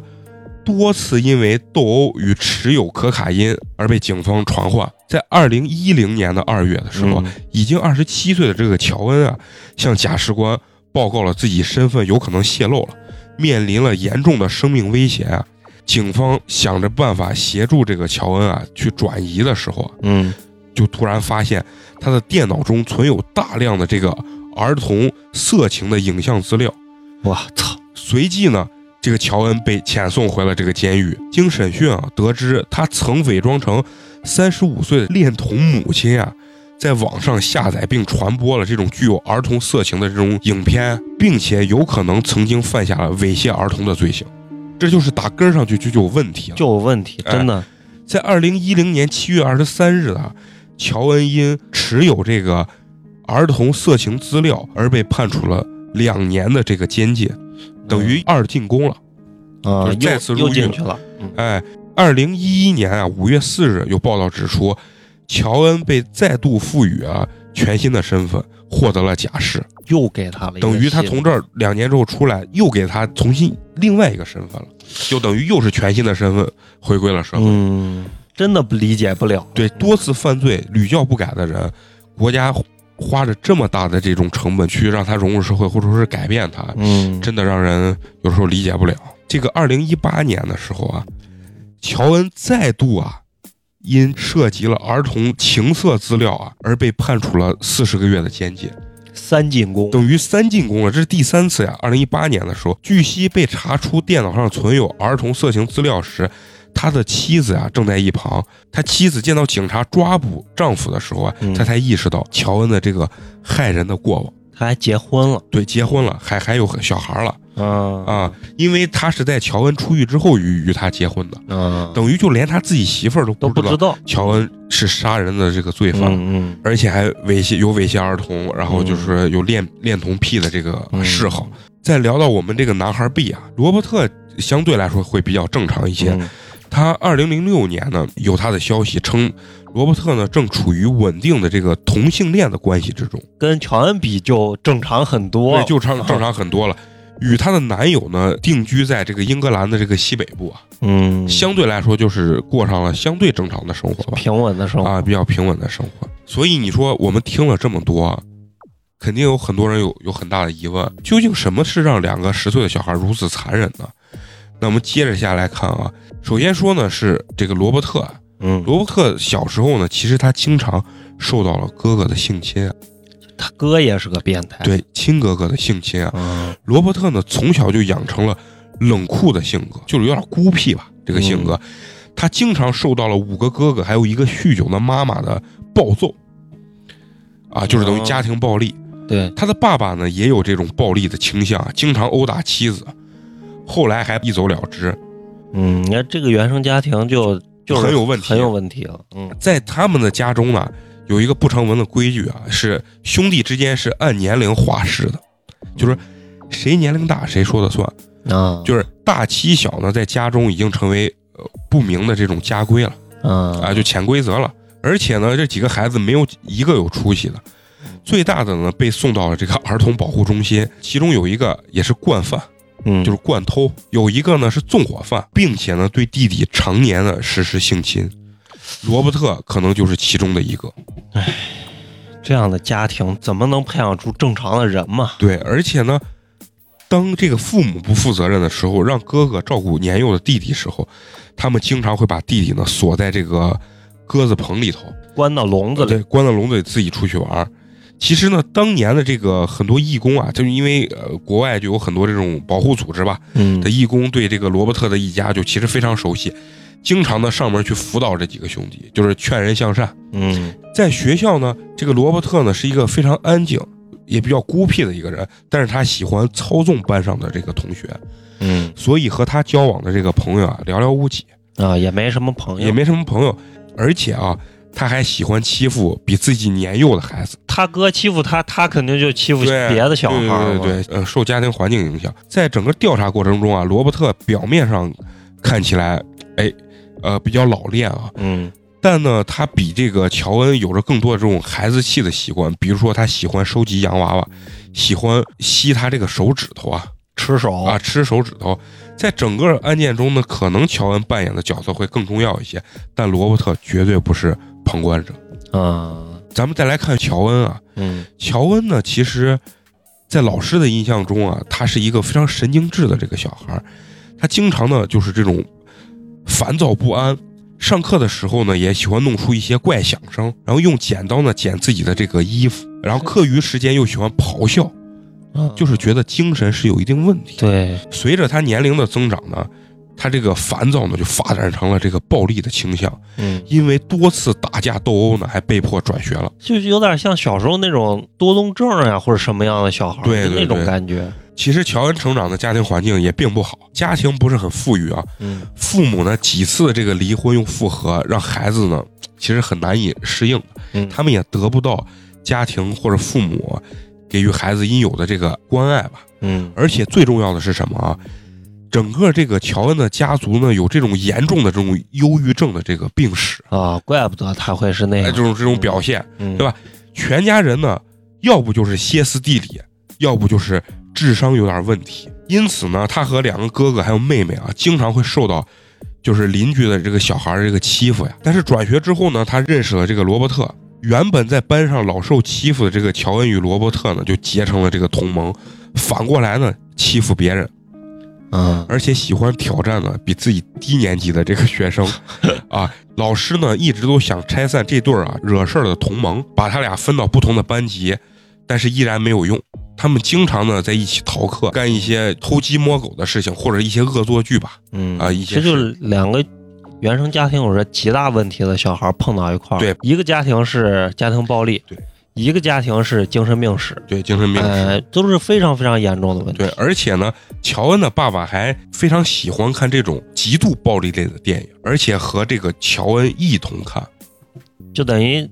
多次因为斗殴与持有可卡因而被警方传唤。在二零一零年的二月的时候，
嗯
已经二十七岁的这个乔恩啊，向假释官报告了自己身份有可能泄露了，面临了严重的生命危险啊。警方想着办法协助这个乔恩啊去转移的时候啊，
嗯
就突然发现他的电脑中存有大量的这个儿童色情的影像资料。
我操，
随即呢，这个乔恩被遣送回了这个监狱。经审讯啊，得知他曾伪装成三十五岁的恋童母亲啊，在网上下载并传播了这种具有儿童色情的这种影片，并且有可能曾经犯下了猥亵儿童的罪行。这就是打根儿上去就就有问题了。
就有问题，
哎
真的，
在二零一零年七月二十三日啊，乔恩因持有这个儿童色情资料而被判处了两年的这个监禁，等于二进宫了。
啊，
就是再次入
又又
狱
进
了
去了，嗯
哎，二零一一年啊五月四日有报道指出，乔恩被再度赋予啊全新的身份，获得了假释，
又给他了一个新
等
的，
于他从这儿两年之后出来，又给他重新另外一个身份了，就等于又是全新的身份回归了社会。
嗯，真的不理解不了，
对多次犯罪屡教不改的人，国家花着这么大的这种成本去让他融入社会，或者说是改变他，
嗯，
真的让人有时候理解不了。这个二零一八年的时候啊，乔恩再度啊，因涉及了儿童情色资料啊，而被判处了四十个月的监禁，
三进宫，
等于三进宫了。这是第三次呀。二零一八年的时候，据悉被查出电脑上存有儿童色情资料时，他的妻子啊正在一旁。他妻子见到警察抓捕丈夫的时候啊，
嗯
他才意识到乔恩的这个害人的过往。
他还结婚了，
对，结婚了，还还有小孩了。
啊
啊，因为他是在乔恩出狱之后与与他结婚的，
啊，
等于就连他自己媳妇儿都
都
不
不知道，
乔恩是杀人的这个罪犯，
嗯
而且还猥亵有猥亵儿童，然后就是有恋、恋童癖的这个
嗯
嗜好。再聊到我们这个男孩 B 啊，罗伯特相对来说会比较正常一些。
嗯
他二零零六年呢，有他的消息称，罗伯特呢正处于稳定的这个同性恋的关系之中。
跟乔恩比就正常很多，
对，就常正常很多了。与她的男友呢定居在这个英格兰的这个西北部啊，
嗯，
相对来说就是过上了相对正常的生活吧，
平稳的生活，
啊，比较平稳的生活。所以你说我们听了这么多，肯定有很多人有有很大的疑问，究竟什么是让两个十岁的小孩如此残忍呢？那我们接着下来看啊，首先说呢是这个罗伯特啊，
嗯，
罗伯特小时候呢，其实他经常受到了哥哥的性侵啊，
他哥也是个变态，，
对亲哥哥的性侵啊，
嗯
罗伯特呢，从小就养成了冷酷的性格，就是有点孤僻吧，这个性格。他经常受到了五个哥哥还有一个酗酒的妈妈的暴揍，啊，就是等于家庭暴力。
对，
他的爸爸呢也有这种暴力的倾向，啊经常殴打妻子，后来还一走了之。
嗯，你看这个原生家庭就就是
很有问题
很有问题了，嗯
在他们的家中呢，有一个不成文的规矩啊，是兄弟之间是按年龄划事的，就是谁年龄大谁说的算。
啊，
就是大欺小呢，在家中已经成为呃不明的这种家规了
啊
啊，就潜规则了。而且呢，这几个孩子没有一个有出息的，最大的呢被送到了这个儿童保护中心，其中有一个也是惯犯，
嗯
就是惯偷；有一个呢是纵火犯，并且呢对弟弟常年的实施性侵。罗伯特可能就是其中的一个，
这样的家庭怎么能培养出正常的人嘛？
对，而且呢，当这个父母不负责任的时候，让哥哥照顾年幼的弟弟时候，他们经常会把弟弟呢锁在这个鸽子棚里头，
关到笼子里，
对，关到笼子里自己出去玩儿。其实呢，当年的这个很多义工啊，就是因为呃国外就有很多这种保护组织吧，
嗯
的义工对这个罗伯特的一家就其实非常熟悉，经常的上门去辅导这几个兄弟，就是劝人向善。
嗯
在学校呢，这个罗伯特呢是一个非常安静，也比较孤僻的一个人，但是他喜欢操纵班上的这个同学，
嗯
所以和他交往的这个朋友啊寥寥无几，
啊，也没什么朋友，
也没什么朋友，而且啊，他还喜欢欺负比自己年幼的孩子，
他哥欺负他，他肯定就欺负
对啊
别的小孩儿
对
嘛，
对对对，呃，受家庭环境影响，在整个调查过程中啊，罗伯特表面上看起来，哎，呃，比较老练啊，
嗯
但呢，他比这个乔恩有着更多的这种孩子气的习惯，比如说他喜欢收集洋娃娃，喜欢吸他这个手指头啊，
吃手
啊，吃手指头。在整个案件中呢，可能乔恩扮演的角色会更重要一些，但罗伯特绝对不是旁观者。
啊，
咱们再来看乔恩啊，
嗯
乔恩呢，其实，在老师的印象中啊，他是一个非常神经质的这个小孩儿，他经常呢就是这种烦躁不安。上课的时候呢，也喜欢弄出一些怪响声，然后用剪刀呢剪自己的这个衣服，然后课余时间又喜欢咆哮，就是觉得精神是有一定问题。
对，
随着他年龄的增长呢，他这个烦躁呢就发展成了这个暴力的倾向，
嗯，
因为多次打架斗殴呢，还被迫转学了。
就有点像小时候那种多动症呀、或者什么样的小孩儿，
对
就那
对
种
对
感觉。
其实乔恩成长的家庭环境也并不好，家庭不是很富裕啊。
嗯
父母呢几次这个离婚又复合，让孩子呢其实很难以适应，
嗯，
他们也得不到家庭或者父母给予孩子应有的这个关爱吧。
嗯
而且最重要的是什么啊？整个这个乔恩的家族呢，有这种严重的这种忧郁症的这个病史，
啊，怪不得他会是那
哎，
样，
这种这种表现，
嗯
对吧全家人呢，要不就是歇斯底里，要不就是智商有点问题。因此呢，他和两个哥哥还有妹妹啊，经常会受到就是邻居的这个小孩儿的这个欺负呀。但是转学之后呢，他认识了这个罗伯特。原本在班上老受欺负的这个乔恩与罗伯特呢，就结成了这个同盟，反过来呢欺负别人，
嗯
而且喜欢挑战呢比自己低年级的这个学生啊。老师呢一直都想拆散这对儿啊惹事儿的同盟，把他俩分到不同的班级，但是依然没有用。他们经常呢在一起逃课，干一些偷鸡摸狗的事情，或者一些恶作剧吧。
嗯
啊一
这
些
就是两个原生家庭有着极大问题的小孩儿碰到一块儿，
对，
一个家庭是家庭暴力，
对，
一个家庭是精神病史，
对，精神病史。
呃，都是非常非常严重的问题。
对，而且呢，乔恩的爸爸还非常喜欢看这种极度暴力类的电影，而且和这个乔恩一同看，
就等于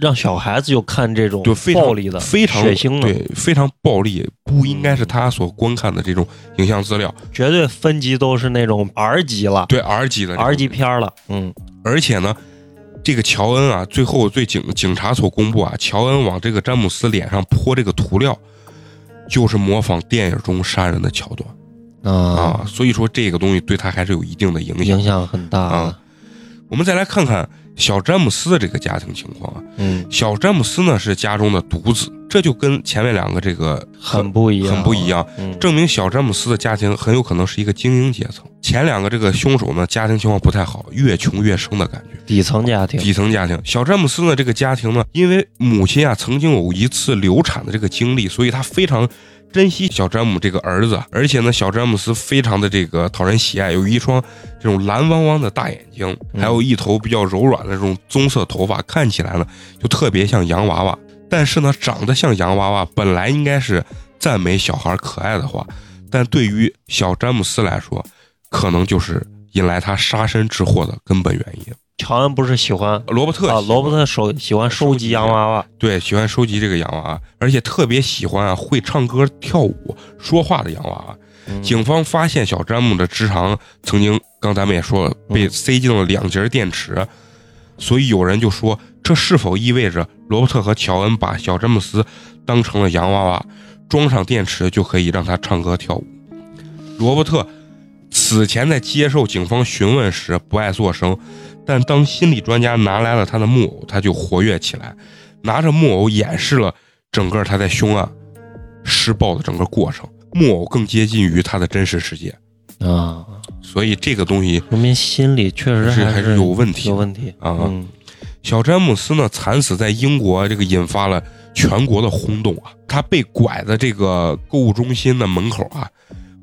让小孩子就看这种
就非常
暴力的、
非常
血腥的，嗯
对，非常暴力，不应该是他所观看的这种影像资料，
绝对分级都是那种 R 级了
对 R 级的这种
，R 级片儿了。嗯
而且呢，这个乔恩啊，最后对警警察所公布啊，乔恩往这个詹姆斯脸上泼这个涂料，就是模仿电影中杀人的桥段啊，所以说这个东西对他还是有一定的影响
影。响很大
啊。我们再来看看小詹姆斯的这个家庭情况啊，
嗯，
小詹姆斯呢是家中的独子，这就跟前面两个这个
很不一样，
很不一。样。
嗯，
证明小詹姆斯的家庭很有可能是一个精英阶层。前两个这个凶手呢，家庭情况不太好，越穷越生的感觉。
底层家庭，
底层家庭。小詹姆斯呢，这个家庭呢，因为母亲啊曾经有一次流产的这个经历，所以他非常珍惜小詹姆这个儿子，啊而且呢，小詹姆斯非常的这个讨人喜爱，有一双这种蓝汪汪的大眼睛，
嗯
还有一头比较柔软的这种棕色头发，看起来呢就特别像洋娃娃。但是呢，长得像洋娃娃本来应该是赞美小孩可爱的话，但对于小詹姆斯来说，可能就是引来他杀身之祸的根本原因。
乔恩不是喜欢
罗伯特
啊，
喜
罗伯
欢
特手喜欢收集洋娃娃，
对，喜欢收集这个洋娃娃，而且特别喜欢啊会唱歌、跳舞、说话的洋娃娃。
嗯
警方发现小詹姆的直肠曾经，刚咱们也说了，被
嗯
塞进了两节电池，所以有人就说，这是否意味着罗伯特和乔恩把小詹姆斯当成了洋娃娃，装上电池就可以让他唱歌跳舞？罗伯特此前在接受警方询问时不爱作声，但当心理专家拿来了他的木偶，他就活跃起来，拿着木偶演示了整个他在凶案施暴的整个过程。木偶更接近于他的真实世界，
啊，
所以这个东西
说明心理确实
是还
是
是有问题
有问题
啊
嗯
小詹姆斯呢惨死在英国，这个引发了全国的轰动啊！他被拐的这个购物中心的门口啊，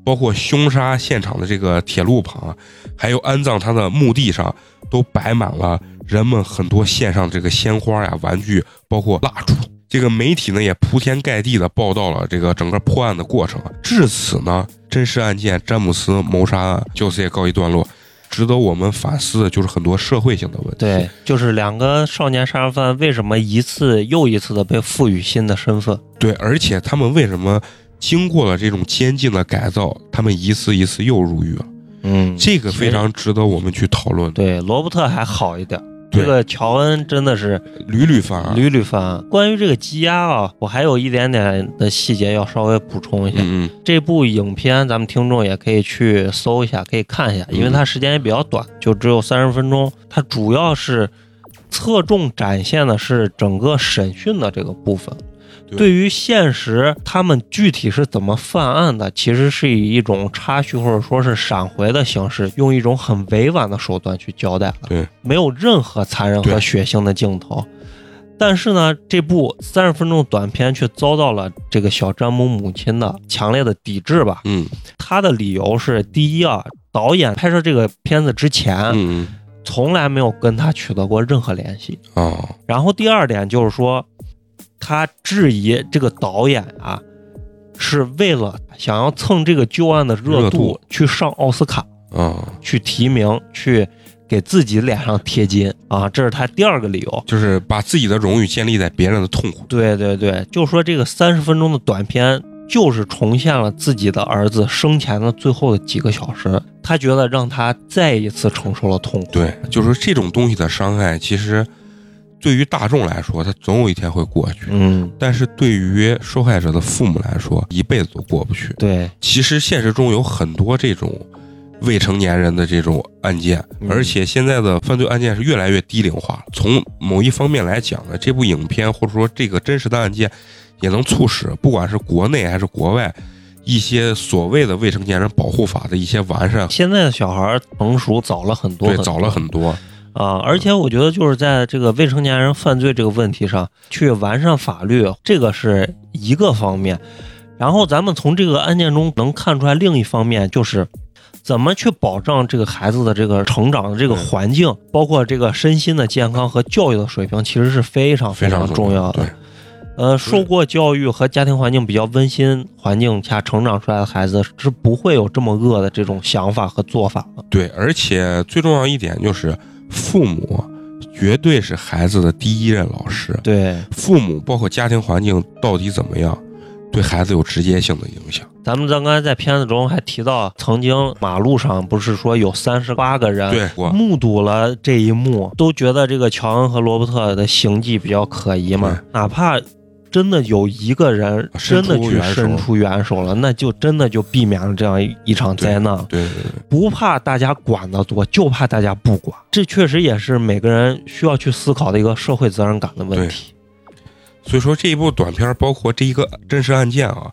包括凶杀现场的这个铁路旁啊，还有安葬他的墓地上，都摆满了人们很多献上这个鲜花呀、玩具，包括蜡烛。这个媒体呢也铺天盖地的报道了这个整个破案的过程啊。至此呢，真实案件詹姆斯谋杀案就此也告一段落。值得我们反思的就是很多社会性的问题。
对，就是两个少年杀人犯为什么一次又一次的被赋予新的身份？
对，而且他们为什么经过了这种监禁的改造，他们一次一次又入狱了？
嗯
这个非常值得我们去讨论的。
对，罗伯特还好一点，啊
对
这个乔恩真的是
屡屡犯案。
屡屡犯案。关于这个羁押啊，我还有一点点的细节要稍微补充一下。
嗯嗯，
这部影片咱们听众也可以去搜一下，可以看一下，因为它时间也比较短，就只有三十分钟。它主要是侧重展现的是整个审讯的这个部分。
对
对于现实他们具体是怎么犯案的，其实是以一种插叙或者说是闪回的形式，用一种很委婉的手段去交代了。
对，
没有任何残忍和
对
血腥的镜头。但是呢，这部三十分钟短片却遭到了这个小詹姆母亲的强烈的抵制吧。
嗯
他的理由是：第一啊，导演拍摄这个片子之前，
嗯嗯，
从来没有跟他取得过任何联系。
哦，
然后第二点就是说，他质疑这个导演啊，是为了想要蹭这个旧案的热
热
度
度
去上奥斯卡，
哦，
去提名，去给自己脸上贴金啊，这是他第二个理由。
就是把自己的荣誉建立在别人的痛苦。
对对对，就说这个三十分钟的短片，就是重现了自己的儿子生前的最后的几个小时。他觉得让他再一次承受了痛苦。
对，就是这种东西的伤害，其实对于大众来说，它总有一天会过去。
嗯，
但是对于受害者的父母来说，一辈子都过不去。
对，
其实现实中有很多这种未成年人的这种案件，
嗯
而且现在的犯罪案件是越来越低龄化了。从某一方面来讲呢，这部影片或者说这个真实的案件，也能促使不管是国内还是国外。一些所谓的未成年人保护法的一些完善，
现在的小孩儿成熟早了很多
对
很，多，
早了很多。
啊！而且我觉得就是在这个未成年人犯罪这个问题上，去完善法律，这个是一个方面。然后咱们从这个案件中能看出来，另一方面就是怎么去保障这个孩子的这个成长的这个
嗯
环境，包括这个身心的健康和教育的水平，其实是非常
非常
常重要的。
对，
呃，受过教育和家庭环境比较温馨环境下成长出来的孩子，是不会有这么恶的这种想法和做法啊的。
对，而且最重要一点就是，父母绝对是孩子的第一任老师。
对，
父母包括家庭环境到底怎么样，对孩子有直接性的影响。
咱们刚刚在片子中还提到，曾经马路上不是说有三十八个人
对，我
目睹了这一幕，都觉得这个乔恩和罗伯特的行迹比较可疑嘛
对。啊
哪怕真的有一个人
伸
真的
出
去
援手
伸出援手了，那就真的就避免了这样一一场灾难。
对对对，
不怕大家管得多，就怕大家不管。这确实也是每个人需要去思考的一个社会责任感的问题。
啊所以说这一部短片，包括这一个真实案件啊，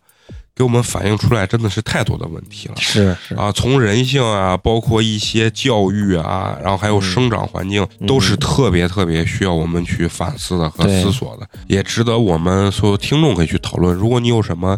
给我们反映出来真的是太多的问题了。
是是，
啊，从人性啊，包括一些教育啊，然后还有生长环境，
嗯
都是特别特别需要我们去反思的和
对
思索的，也值得我们所有听众可以去讨论。如果你有什么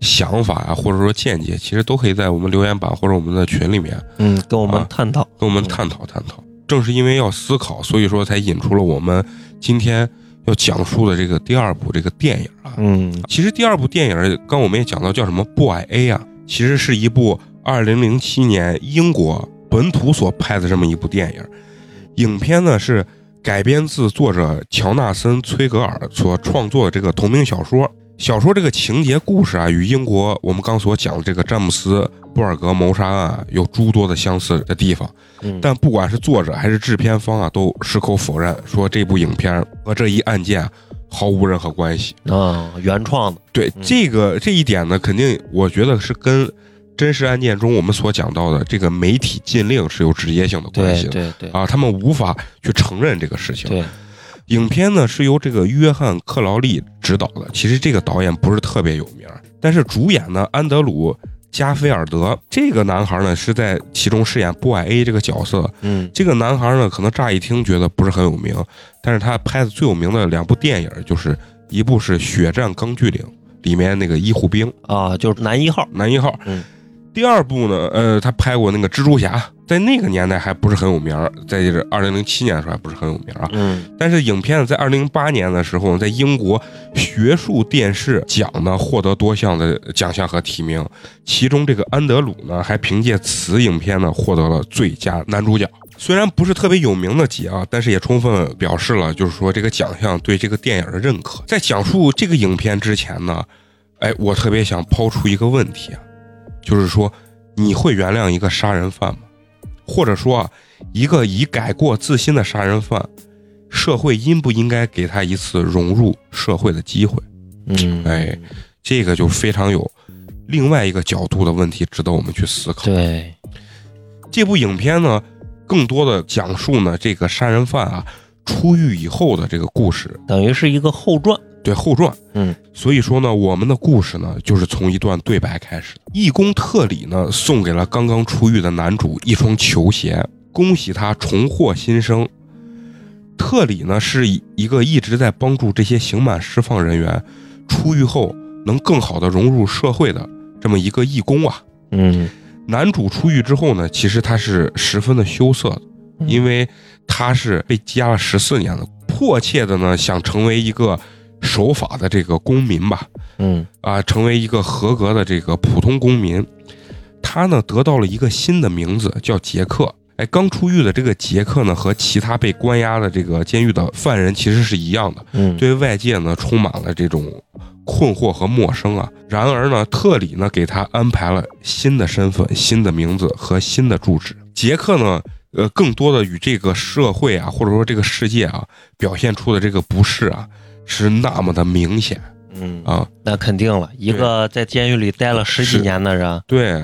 想法啊，或者说见解，其实都可以在我们留言板或者我们的群里面
嗯，跟我们
啊
探讨。
跟我们探讨探讨。正是因为要思考，所以说才引出了我们今天要讲述的这个第二部这个电影啊。
嗯
其实第二部电影儿刚我们也讲到叫什么《不矮 A》啊，其实是一部二零零七年英国本土所拍的这么一部电影儿。影片呢是改编自作者乔纳森·崔格尔所创作的这个同名小说。小说这个情节故事啊，与英国我们刚所讲的这个詹姆斯·布尔格谋杀案、啊、有诸多的相似的地方。
嗯，
但不管是作者还是制片方啊，都矢口否认说这部影片和这一案件啊毫无任何关系。
啊、原创的，
对
嗯
这个这一点呢，肯定我觉得是跟真实案件中我们所讲到的这个媒体禁令是有直接性的关
对
系的
对对
啊，他们无法去承认这个事情。
对，
影片呢是由这个约翰·克劳利执导的，其实这个导演不是特别有名儿，但是主演呢安德鲁·加菲尔德这个男孩呢是在其中饰演布矮 A 这个角色，
嗯
这个男孩呢，可能乍一听觉得不是很有名，但是他拍的最有名的两部电影，就是一部是《血战钢锯岭》里面那个医护兵
啊，就是男一号，
男一号，
嗯
第二部呢，呃，他拍过那个蜘蛛侠，在那个年代还不是很有名，在这二零零七年的时候还不是很有名啊。
嗯
但是影片在二零零八年的时候，在英国学术电视奖呢获得多项的奖项和提名，其中这个安德鲁呢还凭借此影片呢获得了最佳男主角。虽然不是特别有名的级啊，但是也充分表示了就是说这个奖项对这个电影的认可。在讲述这个影片之前呢，哎，我特别想抛出一个问题啊，就是说你会原谅一个杀人犯吗？或者说啊，一个已改过自新的杀人犯，社会应不应该给他一次融入社会的机会？
嗯，
哎，这个就非常有另外一个角度的问题，值得我们去思考。
对，
这部影片呢，更多的讲述呢这个杀人犯啊出狱以后的这个故事，
等于是一个后传。
对后传。
嗯，
所以说呢，我们的故事呢，就是从一段对白开始。义工特里呢，送给了刚刚出狱的男主一双球鞋，恭喜他重获新生。特里呢，是一个一直在帮助这些刑满释放人员出狱后能更好的融入社会的这么一个义工啊。
嗯
男主出狱之后呢，其实他是十分的羞涩的，
嗯
因为他是被羁押了十四年的，迫切的呢想成为一个守法的这个公民吧，
嗯
啊，成为一个合格的这个普通公民。他呢得到了一个新的名字，叫杰克。哎，刚出狱的这个杰克呢，和其他被关押的这个监狱的犯人其实是一样的，
嗯，
对外界呢充满了这种困惑和陌生啊。然而呢，特里呢给他安排了新的身份、新的名字和新的住址。杰克呢，呃，更多的与这个社会啊，或者说这个世界啊，表现出的这个不适啊，是那么的明显
嗯
啊。
那肯定了，一个在监狱里待了十几
是
年的人，
对，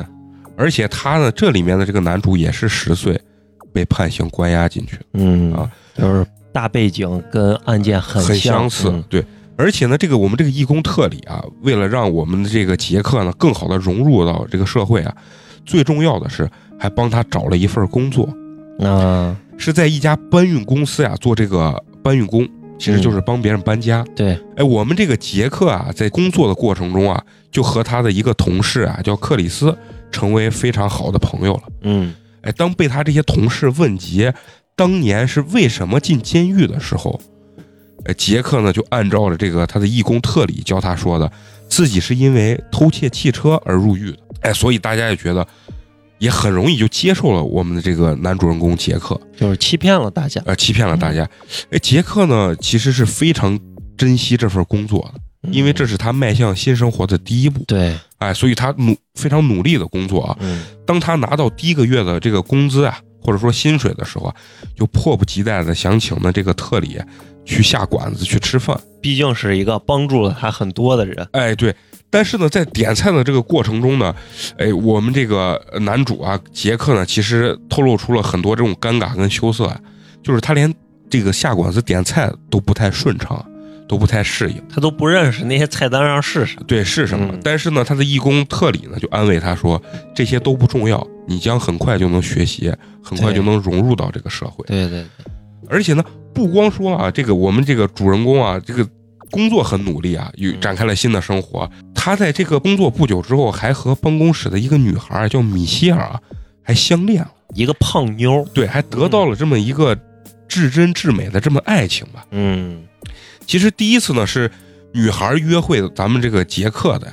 而且他呢，这里面的这个男主也是十岁被判刑关押进去，
嗯
啊，
就是大背景跟案件很嗯
很相
似
似。，对，而且呢，这个我们这个义工特里啊，为了让我们的这个杰克呢更好的融入到这个社会啊，最重要的是还帮他找了一份工作，
嗯啊，
是在一家搬运公司呀、做这个搬运工，其实就是帮别人搬家。
对，
哎，我们这个杰克啊，在工作的过程中啊，就和他的一个同事啊叫克里斯成为非常好的朋友了。
嗯
哎，当被他这些同事问及当年是为什么进监狱的时候，哎，杰克呢就按照了这个他的义工特里教他说的，自己是因为偷窃汽车而入狱的。哎，所以大家也觉得也很容易就接受了我们的这个男主人公杰克，
就是欺骗了大家，
呃，欺骗了大家。哎，杰克呢其实是非常珍惜这份工作的，因为这
嗯
是他迈向新生活的第一步。
对，
哎，所以他努非常努力的工作啊。
嗯
当他拿到第一个月的这个工资啊，或者说薪水的时候啊，就迫不及待的想请呢这个特里啊去下馆子去吃饭。
毕竟是一个帮助了他很多的人，
哎，对，但是呢，在点菜的这个过程中呢，哎，我们这个呃男主啊，杰克呢，其实透露出了很多这种尴尬跟羞涩啊，就是他连这个下馆子点菜都不太顺畅，都不太适应，
他都不认识那些菜单上是啥。
对，是什么？
嗯
但是呢，他的义工特里呢，就安慰他说，这些都不重要，你将很快就能学习，很快
对
就能融入到这个社会。
对对
而且呢，不光说啊，这个我们这个主人公啊，这个工作很努力啊，与
嗯
展开了新的生活。他在这个工作不久之后，还和办公室的一个女孩儿叫米歇尔啊，还相恋了，
一个胖妞儿，
对，还得到了这么一个至真至美的这么爱情吧。
嗯
其实第一次呢是女孩儿约会咱们这个杰克的，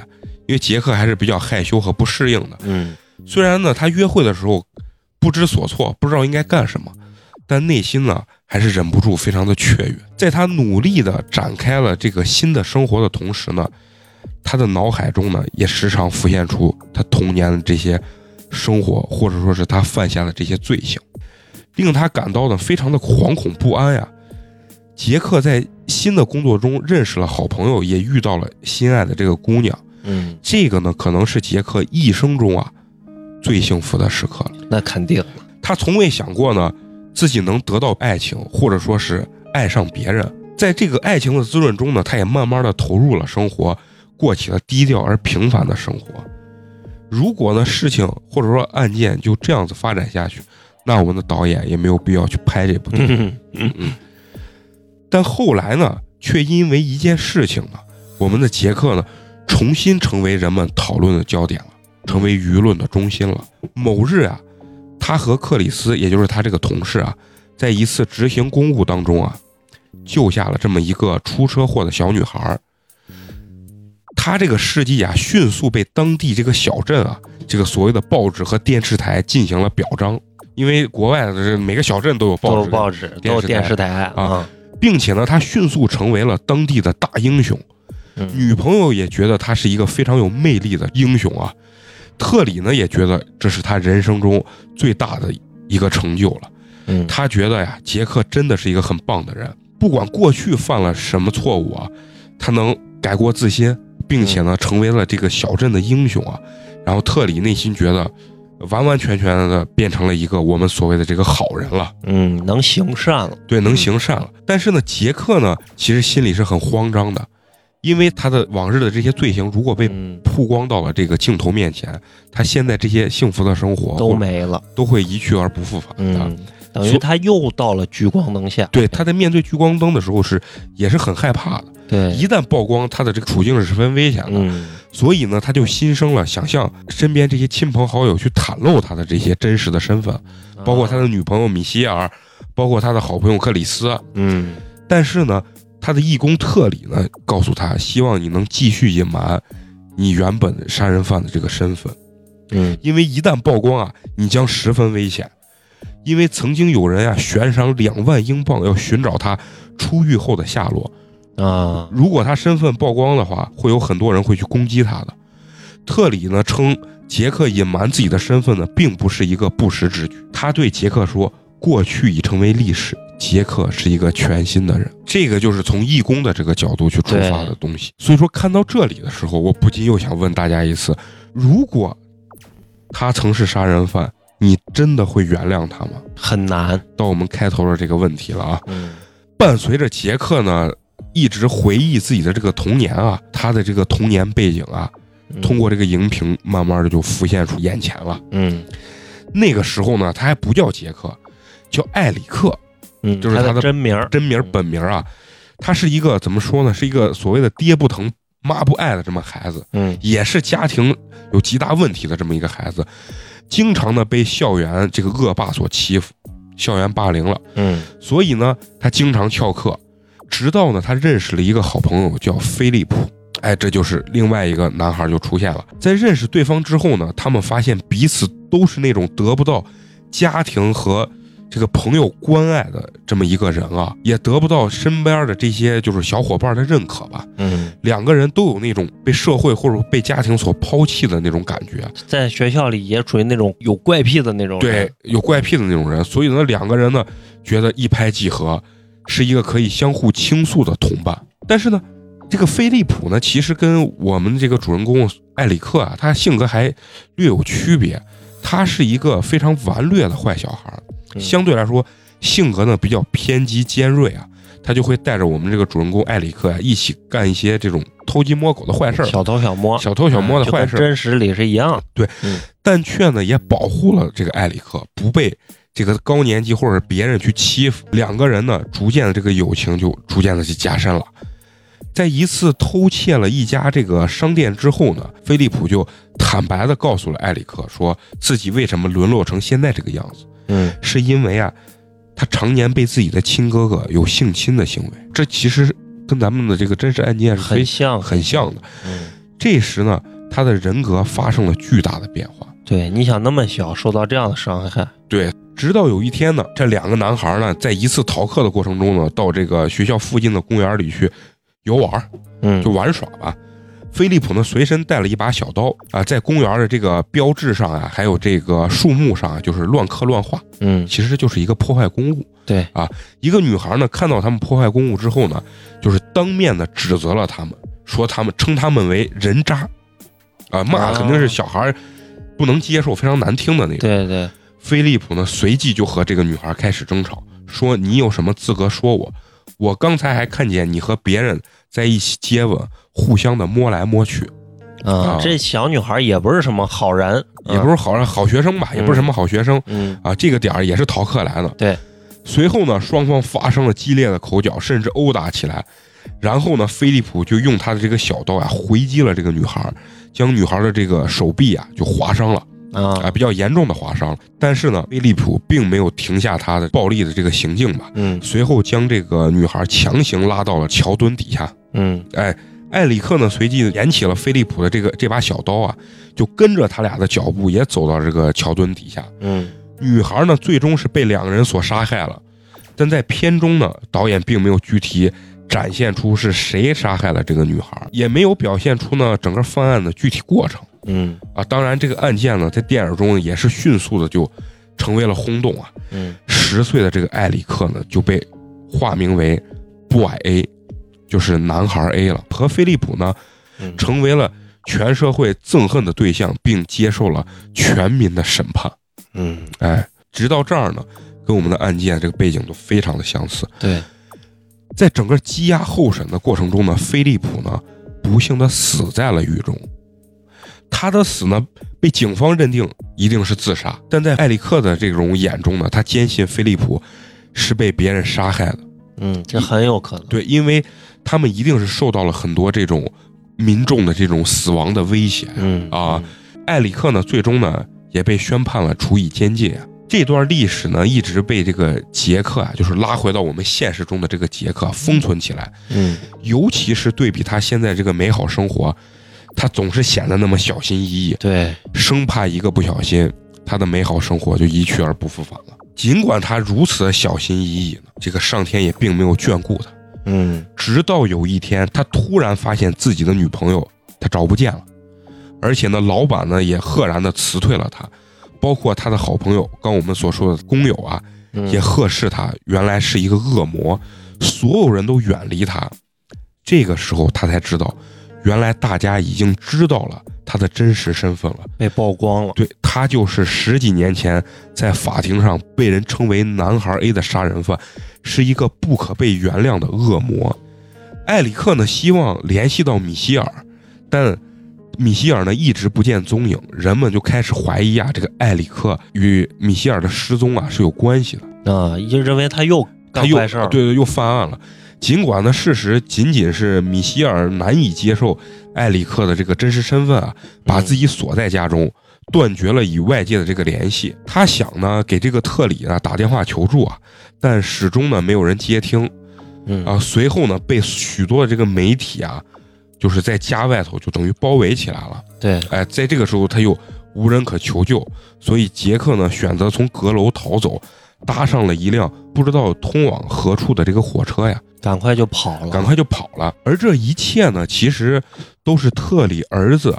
因为杰克还是比较害羞和不适应的。
嗯，
虽然呢，他约会的时候不知所措，不知道应该干什么，但内心呢还是忍不住非常的雀跃。在他努力的展开了这个新的生活的同时呢，他的脑海中呢也时常浮现出他童年的这些生活，或者说是他犯下的这些罪行，令他感到呢非常的惶恐不安呀。杰克在新的工作中认识了好朋友，也遇到了心爱的这个姑娘。
嗯，
这个呢，可能是杰克一生中啊最幸福的时刻了。
那肯定，
他从未想过呢，自己能得到爱情，或者说是爱上别人。在这个爱情的滋润中呢，他也慢慢的投入了生活，过起了低调而平凡的生活。如果呢事情或者说案件就这样子发展下去，那我们的导演也没有必要去拍这部电影。
嗯嗯
但后来呢，却因为一件事情呢，我们的杰克呢，重新成为人们讨论的焦点了，成为舆论的中心了。某日啊，他和克里斯，也就是他这个同事啊，在一次执行公务当中啊，救下了这么一个出车祸的小女孩儿。他这个事迹啊，迅速被当地这个小镇啊，这个所谓的报纸和电视台进行了表彰，因为国外的这每个小镇都有
都
报
有
纸，
报纸，都有电视台啊，
并且呢，他迅速成为了当地的大英雄。
嗯
女朋友也觉得他是一个非常有魅力的英雄啊。特里呢也觉得这是他人生中最大的一个成就了。
嗯，
他觉得呀，杰克真的是一个很棒的人，不管过去犯了什么错误啊，他能改过自新，并且呢，成为了这个小镇的英雄啊。然后特里内心觉得，完完全全的变成了一个我们所谓的这个好人了，
嗯，能行善了，
对，能行善了。但是呢，杰克呢，其实心里是很慌张的，因为他的往日的这些罪行，如果被
嗯，
曝光到了这个镜头面前，他现在这些幸福的生活
都
会
没了，
都会一去而不复返的。
嗯，等于他又到了聚光灯下，
对，他在面对聚光灯的时候是也是很害怕的，
对，
一旦曝光，他的这个处境是十分危险的。
嗯
所以呢，他就心生了想向身边这些亲朋好友去袒露他的这些真实的身份，包
啊
括他的女朋友米歇尔，包括他的好朋友克里斯。
嗯
但是呢，他的义工特里呢告诉他，希望你能继续隐瞒你原本杀人犯的这个身份，
嗯
因为一旦曝光啊，你将十分危险。因为曾经有人啊悬赏两万英镑要寻找他出狱后的下落，
啊，
如果他身份曝光的话，会有很多人会去攻击他的。特里呢称杰克隐瞒自己的身份呢，并不是一个不实之举。他对杰克说：“过去已成为历史，杰克是一个全新的人。”这个就是从义工的这个角度去出发的东西。所以说，看到这里的时候，我不禁又想问大家一次：如果他曾是杀人犯，你真的会原谅他吗？
很难，
到我们开头的这个问题了啊。
嗯
伴随着杰克呢，一直回忆自己的这个童年啊，他的这个童年背景啊，通过这个荧屏，慢慢的就浮现出眼前了。
嗯
那个时候呢，他还不叫杰克，叫艾里克，
嗯，
就是他
他
的
真名儿，
真名本名啊。他是一个怎么说呢？是一个所谓的爹不疼妈不爱的这么孩子，
嗯
也是家庭有极大问题的这么一个孩子，经常呢被校园这个恶霸所欺负，校园霸凌了。
嗯
所以呢，他经常翘课，直到呢，他认识了一个好朋友叫菲利普。哎，这就是另外一个男孩就出现了。在认识对方之后呢，他们发现彼此都是那种得不到家庭和这个朋友关爱的这么一个人啊，也得不到身边的这些就是小伙伴的认可吧。
嗯，
两个人都有那种被社会或者被家庭所抛弃的那种感觉。
在学校里也属于那种有怪癖的那种
对
人，，
有怪癖的那种人，所以呢，两个人呢觉得一拍即合，是一个可以相互倾诉的同伴。但是呢，这个菲利普呢，其实跟我们这个主人公艾里克啊，他性格还略有区别。他是一个非常顽劣的坏小孩儿，
嗯
相对来说性格呢比较偏激尖锐啊，他就会带着我们这个主人公艾里克啊一起干一些这种偷鸡摸狗的坏事儿，
小偷小摸，啊
小偷小摸的
就
坏
跟
事儿。
真实里是一样的，
但却呢也保护了这个艾里克不被这个高年级或者别人去欺负。两个人呢，逐渐的这个友情就逐渐的去加深了。在一次偷窃了一家这个商店之后呢，菲利普就坦白的告诉了艾里克，说自己为什么沦落成现在这个样子，
嗯
是因为啊，他常年被自己的亲哥哥有性侵的行为。这其实跟咱们的这个真实案件是非
很像，
很像的。
嗯，
这时呢，他的人格发生了巨大的变化。
对，你想那么小受到这样的伤害，
直到有一天呢，这两个男孩呢，在一次逃课的过程中呢，到这个学校附近的公园里去游玩儿，
嗯
就玩耍吧。菲利普呢，随身带了一把小刀啊，在公园的这个标志上啊，还有这个树木上啊，就是乱刻乱画，
嗯
其实就是一个破坏公物。
对
啊，一个女孩呢，看到他们破坏公物之后呢，就是当面的指责了他们，说他们称他们为人渣，啊，骂
哦
肯定是小孩儿不能接受，非常难听的那种。
对对，
菲利普呢，随即就和这个女孩开始争吵，说：“你有什么资格说我？我刚才还看见你和别人在一起接吻，互相的摸来摸去，
啊
啊，
这小女孩也不是什么好人，啊
也不是
是，
好人好学生吧，
嗯
也不是什么好学生
嗯
啊。这个点儿也是逃课来的。”
对。
随后呢，双方发生了激烈的口角，甚至殴打起来。然后呢，菲利普就用他的这个小刀啊，回击了这个女孩，将女孩的这个手臂啊就划伤了。啊，
啊，
比较严重的划伤。但是呢，菲利普并没有停下他的暴力的这个行径吧，
嗯
随后将这个女孩强行拉到了桥墩底下。
嗯
哎，艾里克呢，随即捡起了菲利普的这个这把小刀啊，就跟着他俩的脚步也走到这个桥墩底下。
嗯
女孩呢，最终是被两个人所杀害了，但在片中呢，导演并没有具体。展现出是谁杀害了这个女孩，也没有表现出呢整个犯案的具体过程。
嗯
啊，当然这个案件呢，在电影中也是迅速的就成为了轰动啊。
嗯
十岁的这个艾里克呢，就被化名为 boy A，就是男孩 A 了，和菲利普呢
嗯
成为了全社会憎恨的对象，并接受了全民的审判。
嗯，
哎，直到这儿呢，跟我们的案件这个背景都非常的相似。
对，
在整个羁押候审的过程中呢，菲利普呢不幸的死在了狱中。他的死呢被警方认定一定是自杀，但在艾里克的这种眼中呢，他坚信菲利普是被别人杀害的。
嗯，这很有可能。
对，因为他们一定是受到了很多这种民众的这种死亡的威胁。
嗯
啊，艾里克呢，最终呢也被宣判了处以监禁啊。这段历史呢，一直被这个杰克啊，就是拉回到我们现实中的这个杰克啊封存起来，
嗯，
尤其是对比他现在这个美好生活，他总是显得那么小心翼翼，
对，
生怕一个不小心，他的美好生活就一去而不复返了。尽管他如此的小心翼翼呢，这个上天也并没有眷顾他。
嗯
直到有一天，他突然发现自己的女朋友他找不见了，而且呢，老板呢也赫然的辞退了他，包括他的好朋友，刚我们所说的工友啊，
嗯
也呵斥他原来是一个恶魔，所有人都远离他。这个时候，他才知道，原来大家已经知道了他的真实身份了。
被曝光了。
对他就是十几年前在法庭上被人称为“男孩 A” 的杀人犯，是一个不可被原谅的恶魔。艾里克呢，希望联系到米歇尔，但米歇尔呢一直不见踪影，人们就开始怀疑啊，这个艾里克与米歇尔的失踪啊是有关系的。
啊，就认为他又啊
他
干
又
坏事儿了。
对对，又犯案了。尽管呢，事实仅仅是米歇尔难以接受艾里克的这个真实身份啊，
嗯
把自己锁在家中，断绝了与外界的这个联系。他想呢，给这个特里呢打电话求助啊，但始终呢没有人接听
嗯
啊。随后呢，被许多的这个媒体啊，就是在家外头就等于包围起来了。
对，
哎，在这个时候他又无人可求救，所以杰克呢选择从阁楼逃走，搭上了一辆不知道通往何处的这个火车呀，
赶快就跑了。
赶快就跑了。而这一切呢，其实都是特里儿子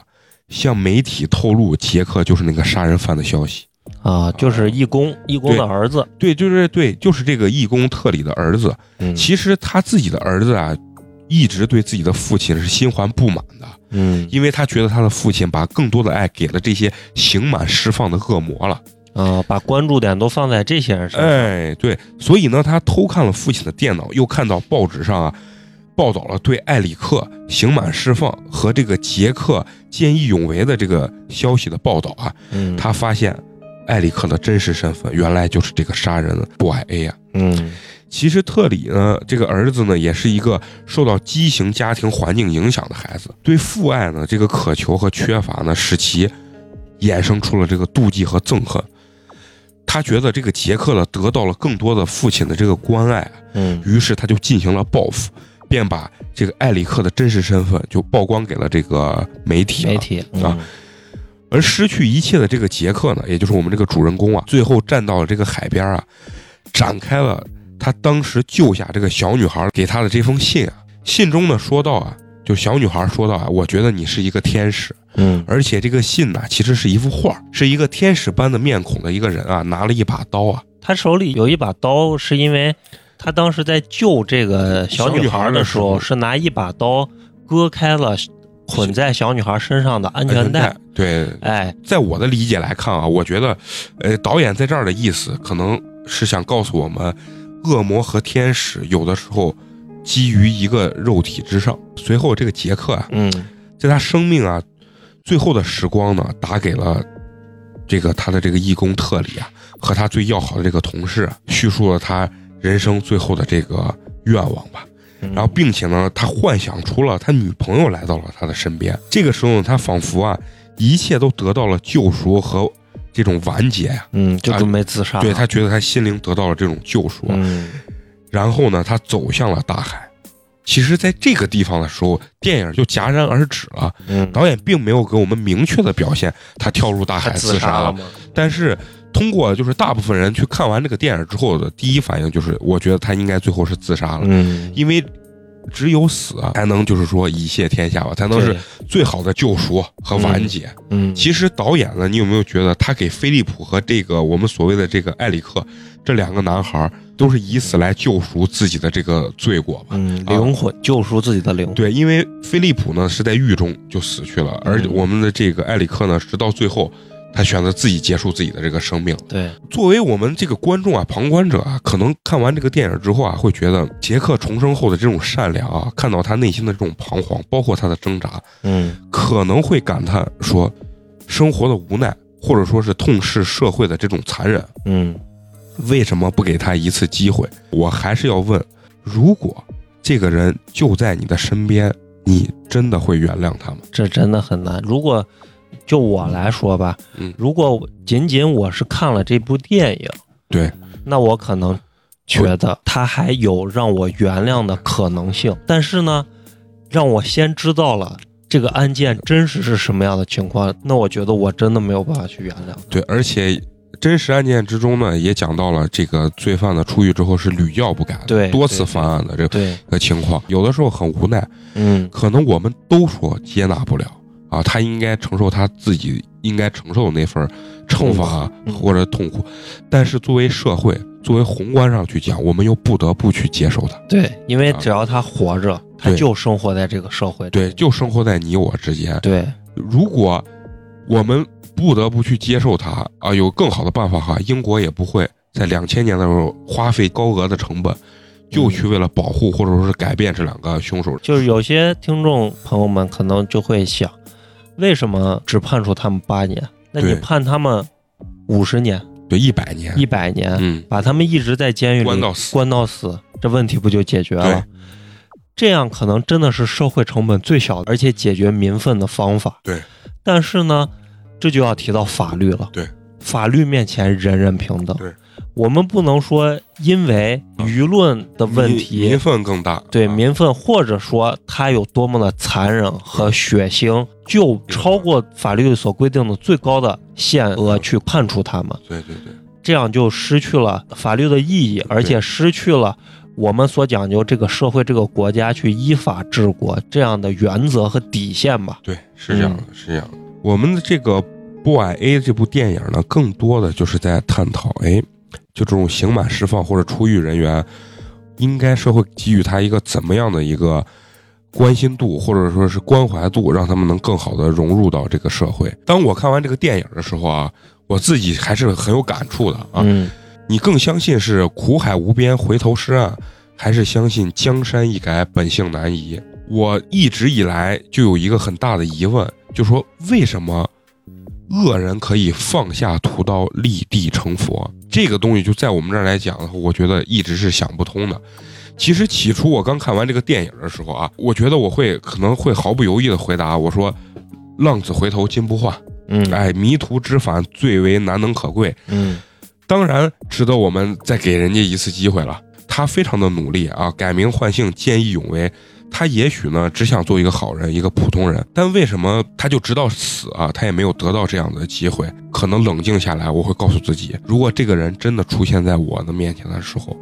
向媒体透露杰克就是那个杀人犯的消息。
啊，就是义工，义工的儿子。
对，就是对，就是这个义工特里的儿子。
嗯
其实他自己的儿子啊，一直对自己的父亲是心怀不满的，
嗯
因为他觉得他的父亲把更多的爱给了这些刑满释放的恶魔了。
啊，把关注点都放在这些人身上。
哎，对，所以呢，他偷看了父亲的电脑，又看到报纸上啊报道了对艾里克刑满释放和这个杰克见义勇为的这个消息的报道啊，
嗯，
他发现艾里克的真实身份原来就是这个杀人的 boy A 啊。
嗯
其实特里呢，这个儿子呢，也是一个受到畸形家庭环境影响的孩子，对父爱呢这个渴求和缺乏呢，使其衍生出了这个妒忌和憎恨。他觉得这个杰克呢得到了更多的父亲的这个关爱，
嗯
于是他就进行了报复，便把这个艾里克的真实身份就曝光给了这个媒体了
媒体
啊，而失去一切的这个杰克呢，也就是我们这个主人公啊，最后站到了这个海边啊，展开了他当时救下这个小女孩给他的这封信啊。信中呢说到啊，就小女孩说到啊，我觉得你是一个天使，
嗯
而且这个信呢、其实是一幅画，是一个天使般的面孔的一个人啊，拿了一把刀啊，
他手里有一把刀，是因为他当时在救这个小女孩的时
小女孩的时候
候，是拿一把刀割开了捆在小女孩身上的安全带。。
对，
哎，
在我的理解来看啊，我觉得，呃，导演在这儿的意思可能是想告诉我们，恶魔和天使有的时候基于一个肉体之上。随后，这个杰克啊，
嗯
在他生命啊最后的时光呢，打给了这个他的这个义工特里啊，和他最要好的这个同事啊，叙述了他人生最后的这个愿望吧。
嗯
然后，并且呢，他幻想出了他女朋友来到了他的身边。这个时候呢，他仿佛啊，一切都得到了救赎和这种完结呀、
嗯，就准备自杀了。
对他觉得他心灵得到了这种救赎。
嗯
然后呢，他走向了大海。其实，在这个地方的时候，电影就戛然而止了。
嗯，
导演并没有给我们明确的表现他跳入大
他
海
自
自
杀
杀
了
了，
吗？
但是通过就是大部分人去看完这个电影之后的第一反应就是，我觉得他应该最后是自杀了。
嗯
因为只有死啊才能就是说以谢天下吧，才能
对
是最好的救赎和完结。
嗯，
其实导演呢，你有没有觉得他给菲利普和这个我们所谓的这个艾里克这两个男孩儿，都是以死来救赎自己的这个罪过吧？
嗯，
啊
灵魂救赎自己的灵魂，
对，因为菲利普呢是在狱中就死去了，而
嗯
我们的这个艾里克呢，直到最后。他选择自己结束自己的这个生命。
对，
作为我们这个观众啊、旁观者啊，可能看完这个电影之后啊，会觉得杰克重生后的这种善良啊，看到他内心的这种彷徨，包括他的挣扎，
嗯
可能会感叹说，生活的无奈，或者说是痛斥社会的这种残忍，
嗯
为什么不给他一次机会？我还是要问，如果这个人就在你的身边，你真的会原谅他吗？
这真的很难。如果就我来说吧，
嗯
如果仅仅我是看了这部电影，
对，
那我可能觉得他还有让我原谅的可能性。但是呢，让我先知道了这个案件真实是什么样的情况，那我觉得我真的没有办法去原谅。
对，而且真实案件之中呢，也讲到了这个罪犯呢出狱之后是屡教不改的，
对
多次犯案的这
对，
个情况，有的时候很无奈，
嗯
可能我们都说接纳不了啊，他应该承受他自己应该承受的那份儿惩罚
嗯
或者痛苦，但是作为社会，作为宏观上去讲，我们又不得不去接受它。
对，因为
啊
只要他活着，他
对
就生活在这个社会里。
对，就生活在你我之间。
对，
如果我们不得不去接受它啊，有更好的办法哈，英国也不会在两千年的时候花费高额的成本。就去为了保护或者说是改变这两个凶手，
就是有些听众朋友们可能就会想，为什么只判处他们八年？那你
对
判他们五十年、
对一百年，
一百年，
嗯，
把他们一直在监狱里
关到死
关到死，这问题不就解决了？这样可能真的是社会成本最小的，而且解决民愤的方法。
对，
但是呢，这就要提到法律了。
对，
法律面前人人平等。
对，嗯
我们不能说因为舆论的问题、
民民愤更大，
对
啊
民愤，或者说他有多么的残忍和血腥，就超过法律所规定的最高的限额
嗯
去判处他们，
对对对，
这样就失去了法律的意义，而且失去了我们所讲究这个社会、这个国家去依法治国这样的原则和底线吧。
对，是这样的，是这样的。我们的这个《不矮 A》这部电影呢，更多的就是在探讨，哎，就这种刑满释放或者出狱人员，应该社会给予他一个怎么样的一个关心度，或者说是关怀度，让他们能更好的融入到这个社会。当我看完这个电影的时候啊，我自己还是很有感触的啊。
嗯，
你更相信是苦海无边回头是岸，还是相信江山易改本性难移？我一直以来就有一个很大的疑问，就说为什么恶人可以放下屠刀立地成佛？这个东西就在我们这儿来讲的话，我觉得一直是想不通的。其实起初我刚看完这个电影的时候啊，我觉得我会可能会毫不犹豫的回答我说：“浪子回头金不换，
嗯，
哎，迷途知返最为难能可贵。”
嗯，
当然值得我们再给人家一次机会了。他非常的努力啊，改名换姓，见义勇为。他也许呢，只想做一个好人，一个普通人，但为什么他就直到死啊，他也没有得到这样的机会？可能冷静下来，我会告诉自己，如果这个人真的出现在我的面前的时候，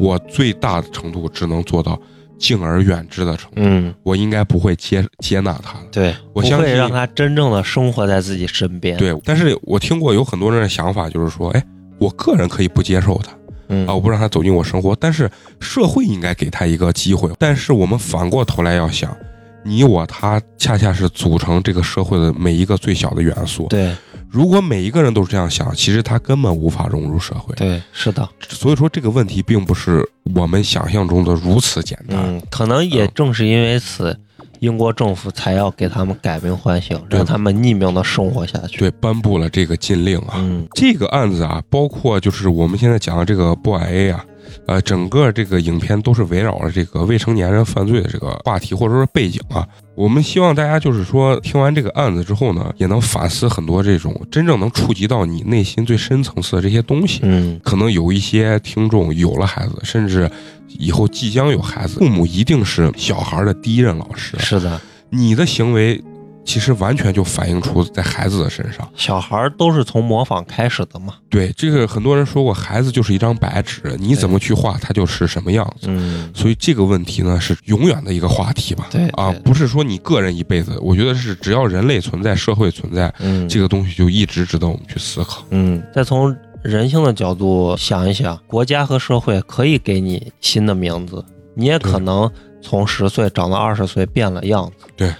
我最大的程度只能做到敬而远之的程度，
嗯，
我应该不会接接纳他的。
对，
我
不
相
会
信
让他真正的生活在自己身边。，
对，但是我听过有很多人的想法，就是说，哎，我个人可以不接受他，
嗯
啊，我不让他走进我生活，但是社会应该给他一个机会。但是我们反过头来要想，你我他恰恰是组成这个社会的每一个最小的元素。
对
如果每一个人都是这样想，其实他根本无法融入社会。
对，是的。
所以说，这个问题并不是我们想象中的如此简单。
嗯，可能也正是因为此，英国政府才要给他们改名换姓，
对
让他们匿名的生活下去。
对，颁布了这个禁令啊。
嗯
这个案子啊，包括就是我们现在讲的这个 b o A 啊，呃，整个这个影片都是围绕着这个未成年人犯罪的这个话题或者说背景啊。我们希望大家就是说，听完这个案子之后呢，也能反思很多这种真正能触及到你内心最深层次的这些东西。
嗯，
可能有一些听众有了孩子，甚至以后即将有孩子，父母一定是小孩的第一任老师。
是的，
你的行为其实完全就反映出在孩子的身上。
小孩儿都是从模仿开始的嘛。
对，这个很多人说过，孩子就是一张白纸，你怎么去画，他就是什么样子。
嗯，
所以这个问题呢，是永远的一个话题吧。
对
啊
对，
不是说你个人一辈子，我觉得是只要人类存在，社会存在，
嗯，
这个东西就一直值得我们去思考。
嗯，再从人性的角度想一想，国家和社会可以给你新的名字，你也可
对
能从十岁长到二十岁变了样子。
对，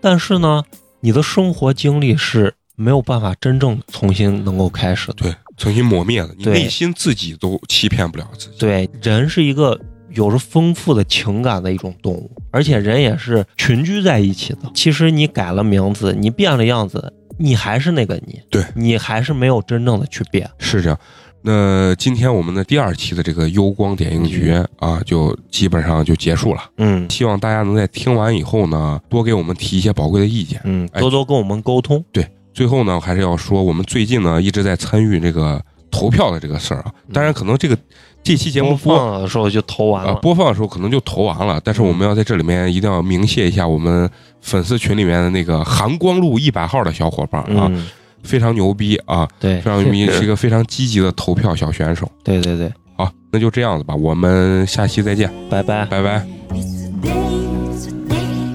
但是呢，你的生活经历是没有办法真正重新能够开始的。
对，重新磨灭了，你
对
内心自己都欺骗不了自己。
对，人是一个有着丰富的情感的一种动物，而且人也是群居在一起的。其实你改了名字，你变了样子，你还是那个你，
对
你还是没有真正的去变。
是这样。那今天我们的第二期的这个幽光点映局啊，就基本上就结束了。
嗯
希望大家能在听完以后呢，多给我们提一些宝贵的意见。
嗯，
哎
多多跟我们沟通。
最后呢，还是要说，我们最近呢一直在参与这个投票的这个事儿啊。当然，可能这个这期节目播
嗯放的时候就投完
啊、
了。
播放的时候可能就投完了，但是我们要在这里面一定要鸣谢一下我们粉丝群里面的那个含光路一百号的小伙伴啊，
嗯，哎
非常牛逼啊，
对
非，常牛 逼，是一个非常积极的投票小选手。
对对对，
好，那就这样子吧，我们下期再见，
拜拜。
拜拜。
It's a day, it's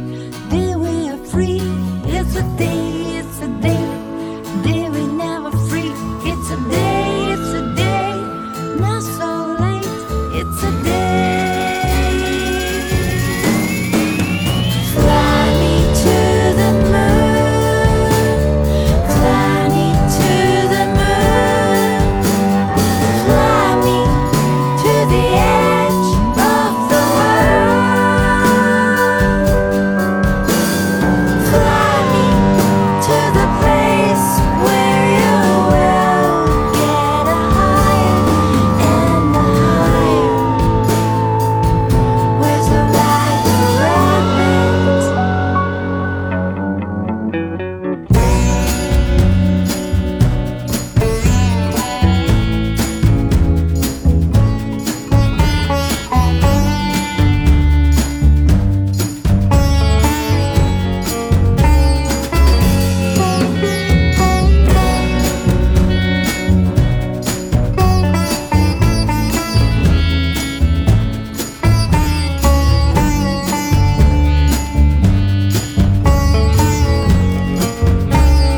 a day, day we are free. It's a day, it's a day, day we never free. It's a day, it's a day, not so late. It's a day. Fly me to the moon. Fly me to the moon. Fly me to the edge of the world. Fly me to the place where you will get a higher and a higher. Where's the light around?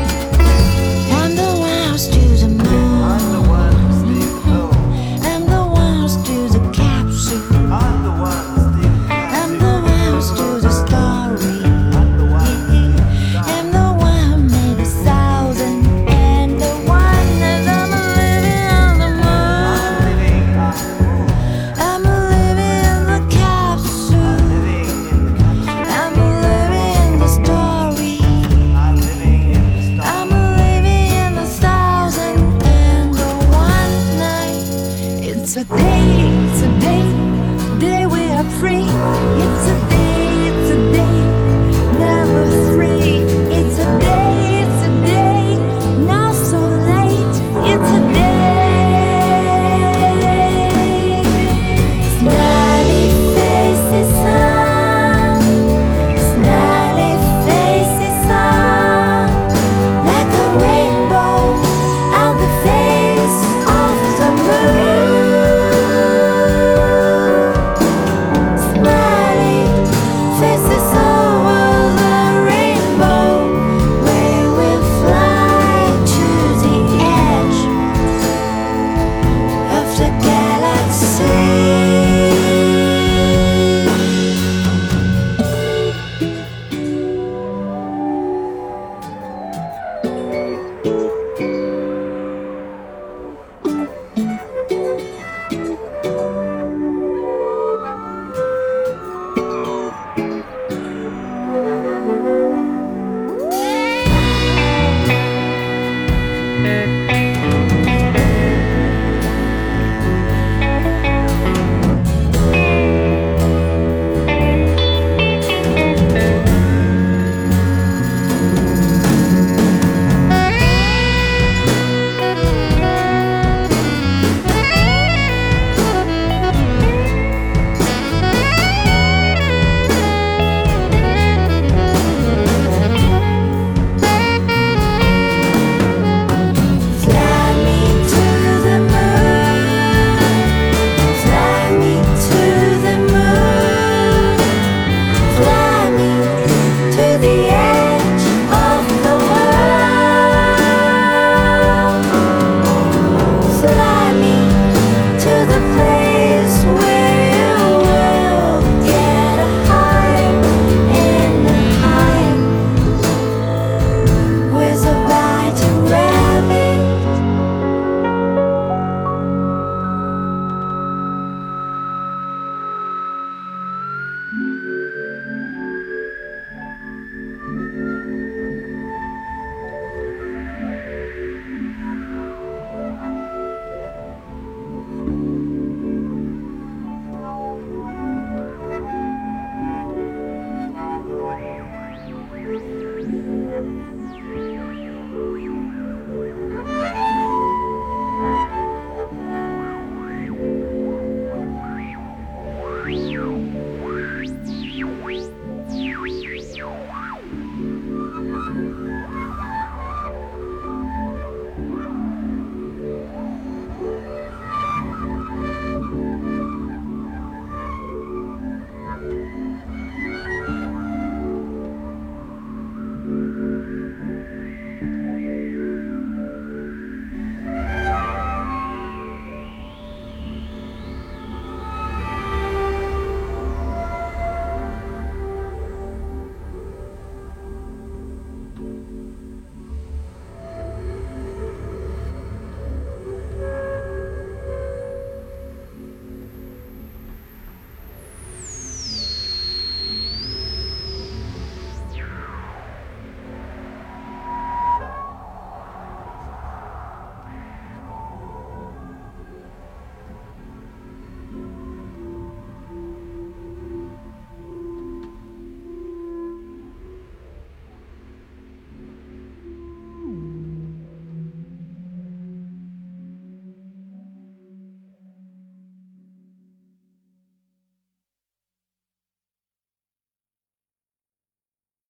I'm the ones to the moon. I'm the ones to the moon. I'm the ones to the capsule. I'm the ones to the I'm the ones to the story. I'm the ones. I'm the one made a thousand. And the one that I'm living on the moon. I'm living in the capsule. I'm living in the story. I'm living in a thousand and one night. It's a day, it's a day, day we are free. It's a day, it's a day, never free. It's a day, it's a day, now so late. It's a day. Smiley faces on, smiley faces on like a rainbow on the face of the moon. Smiling faces over the rainbow, where we fly to the edge of the galaxy.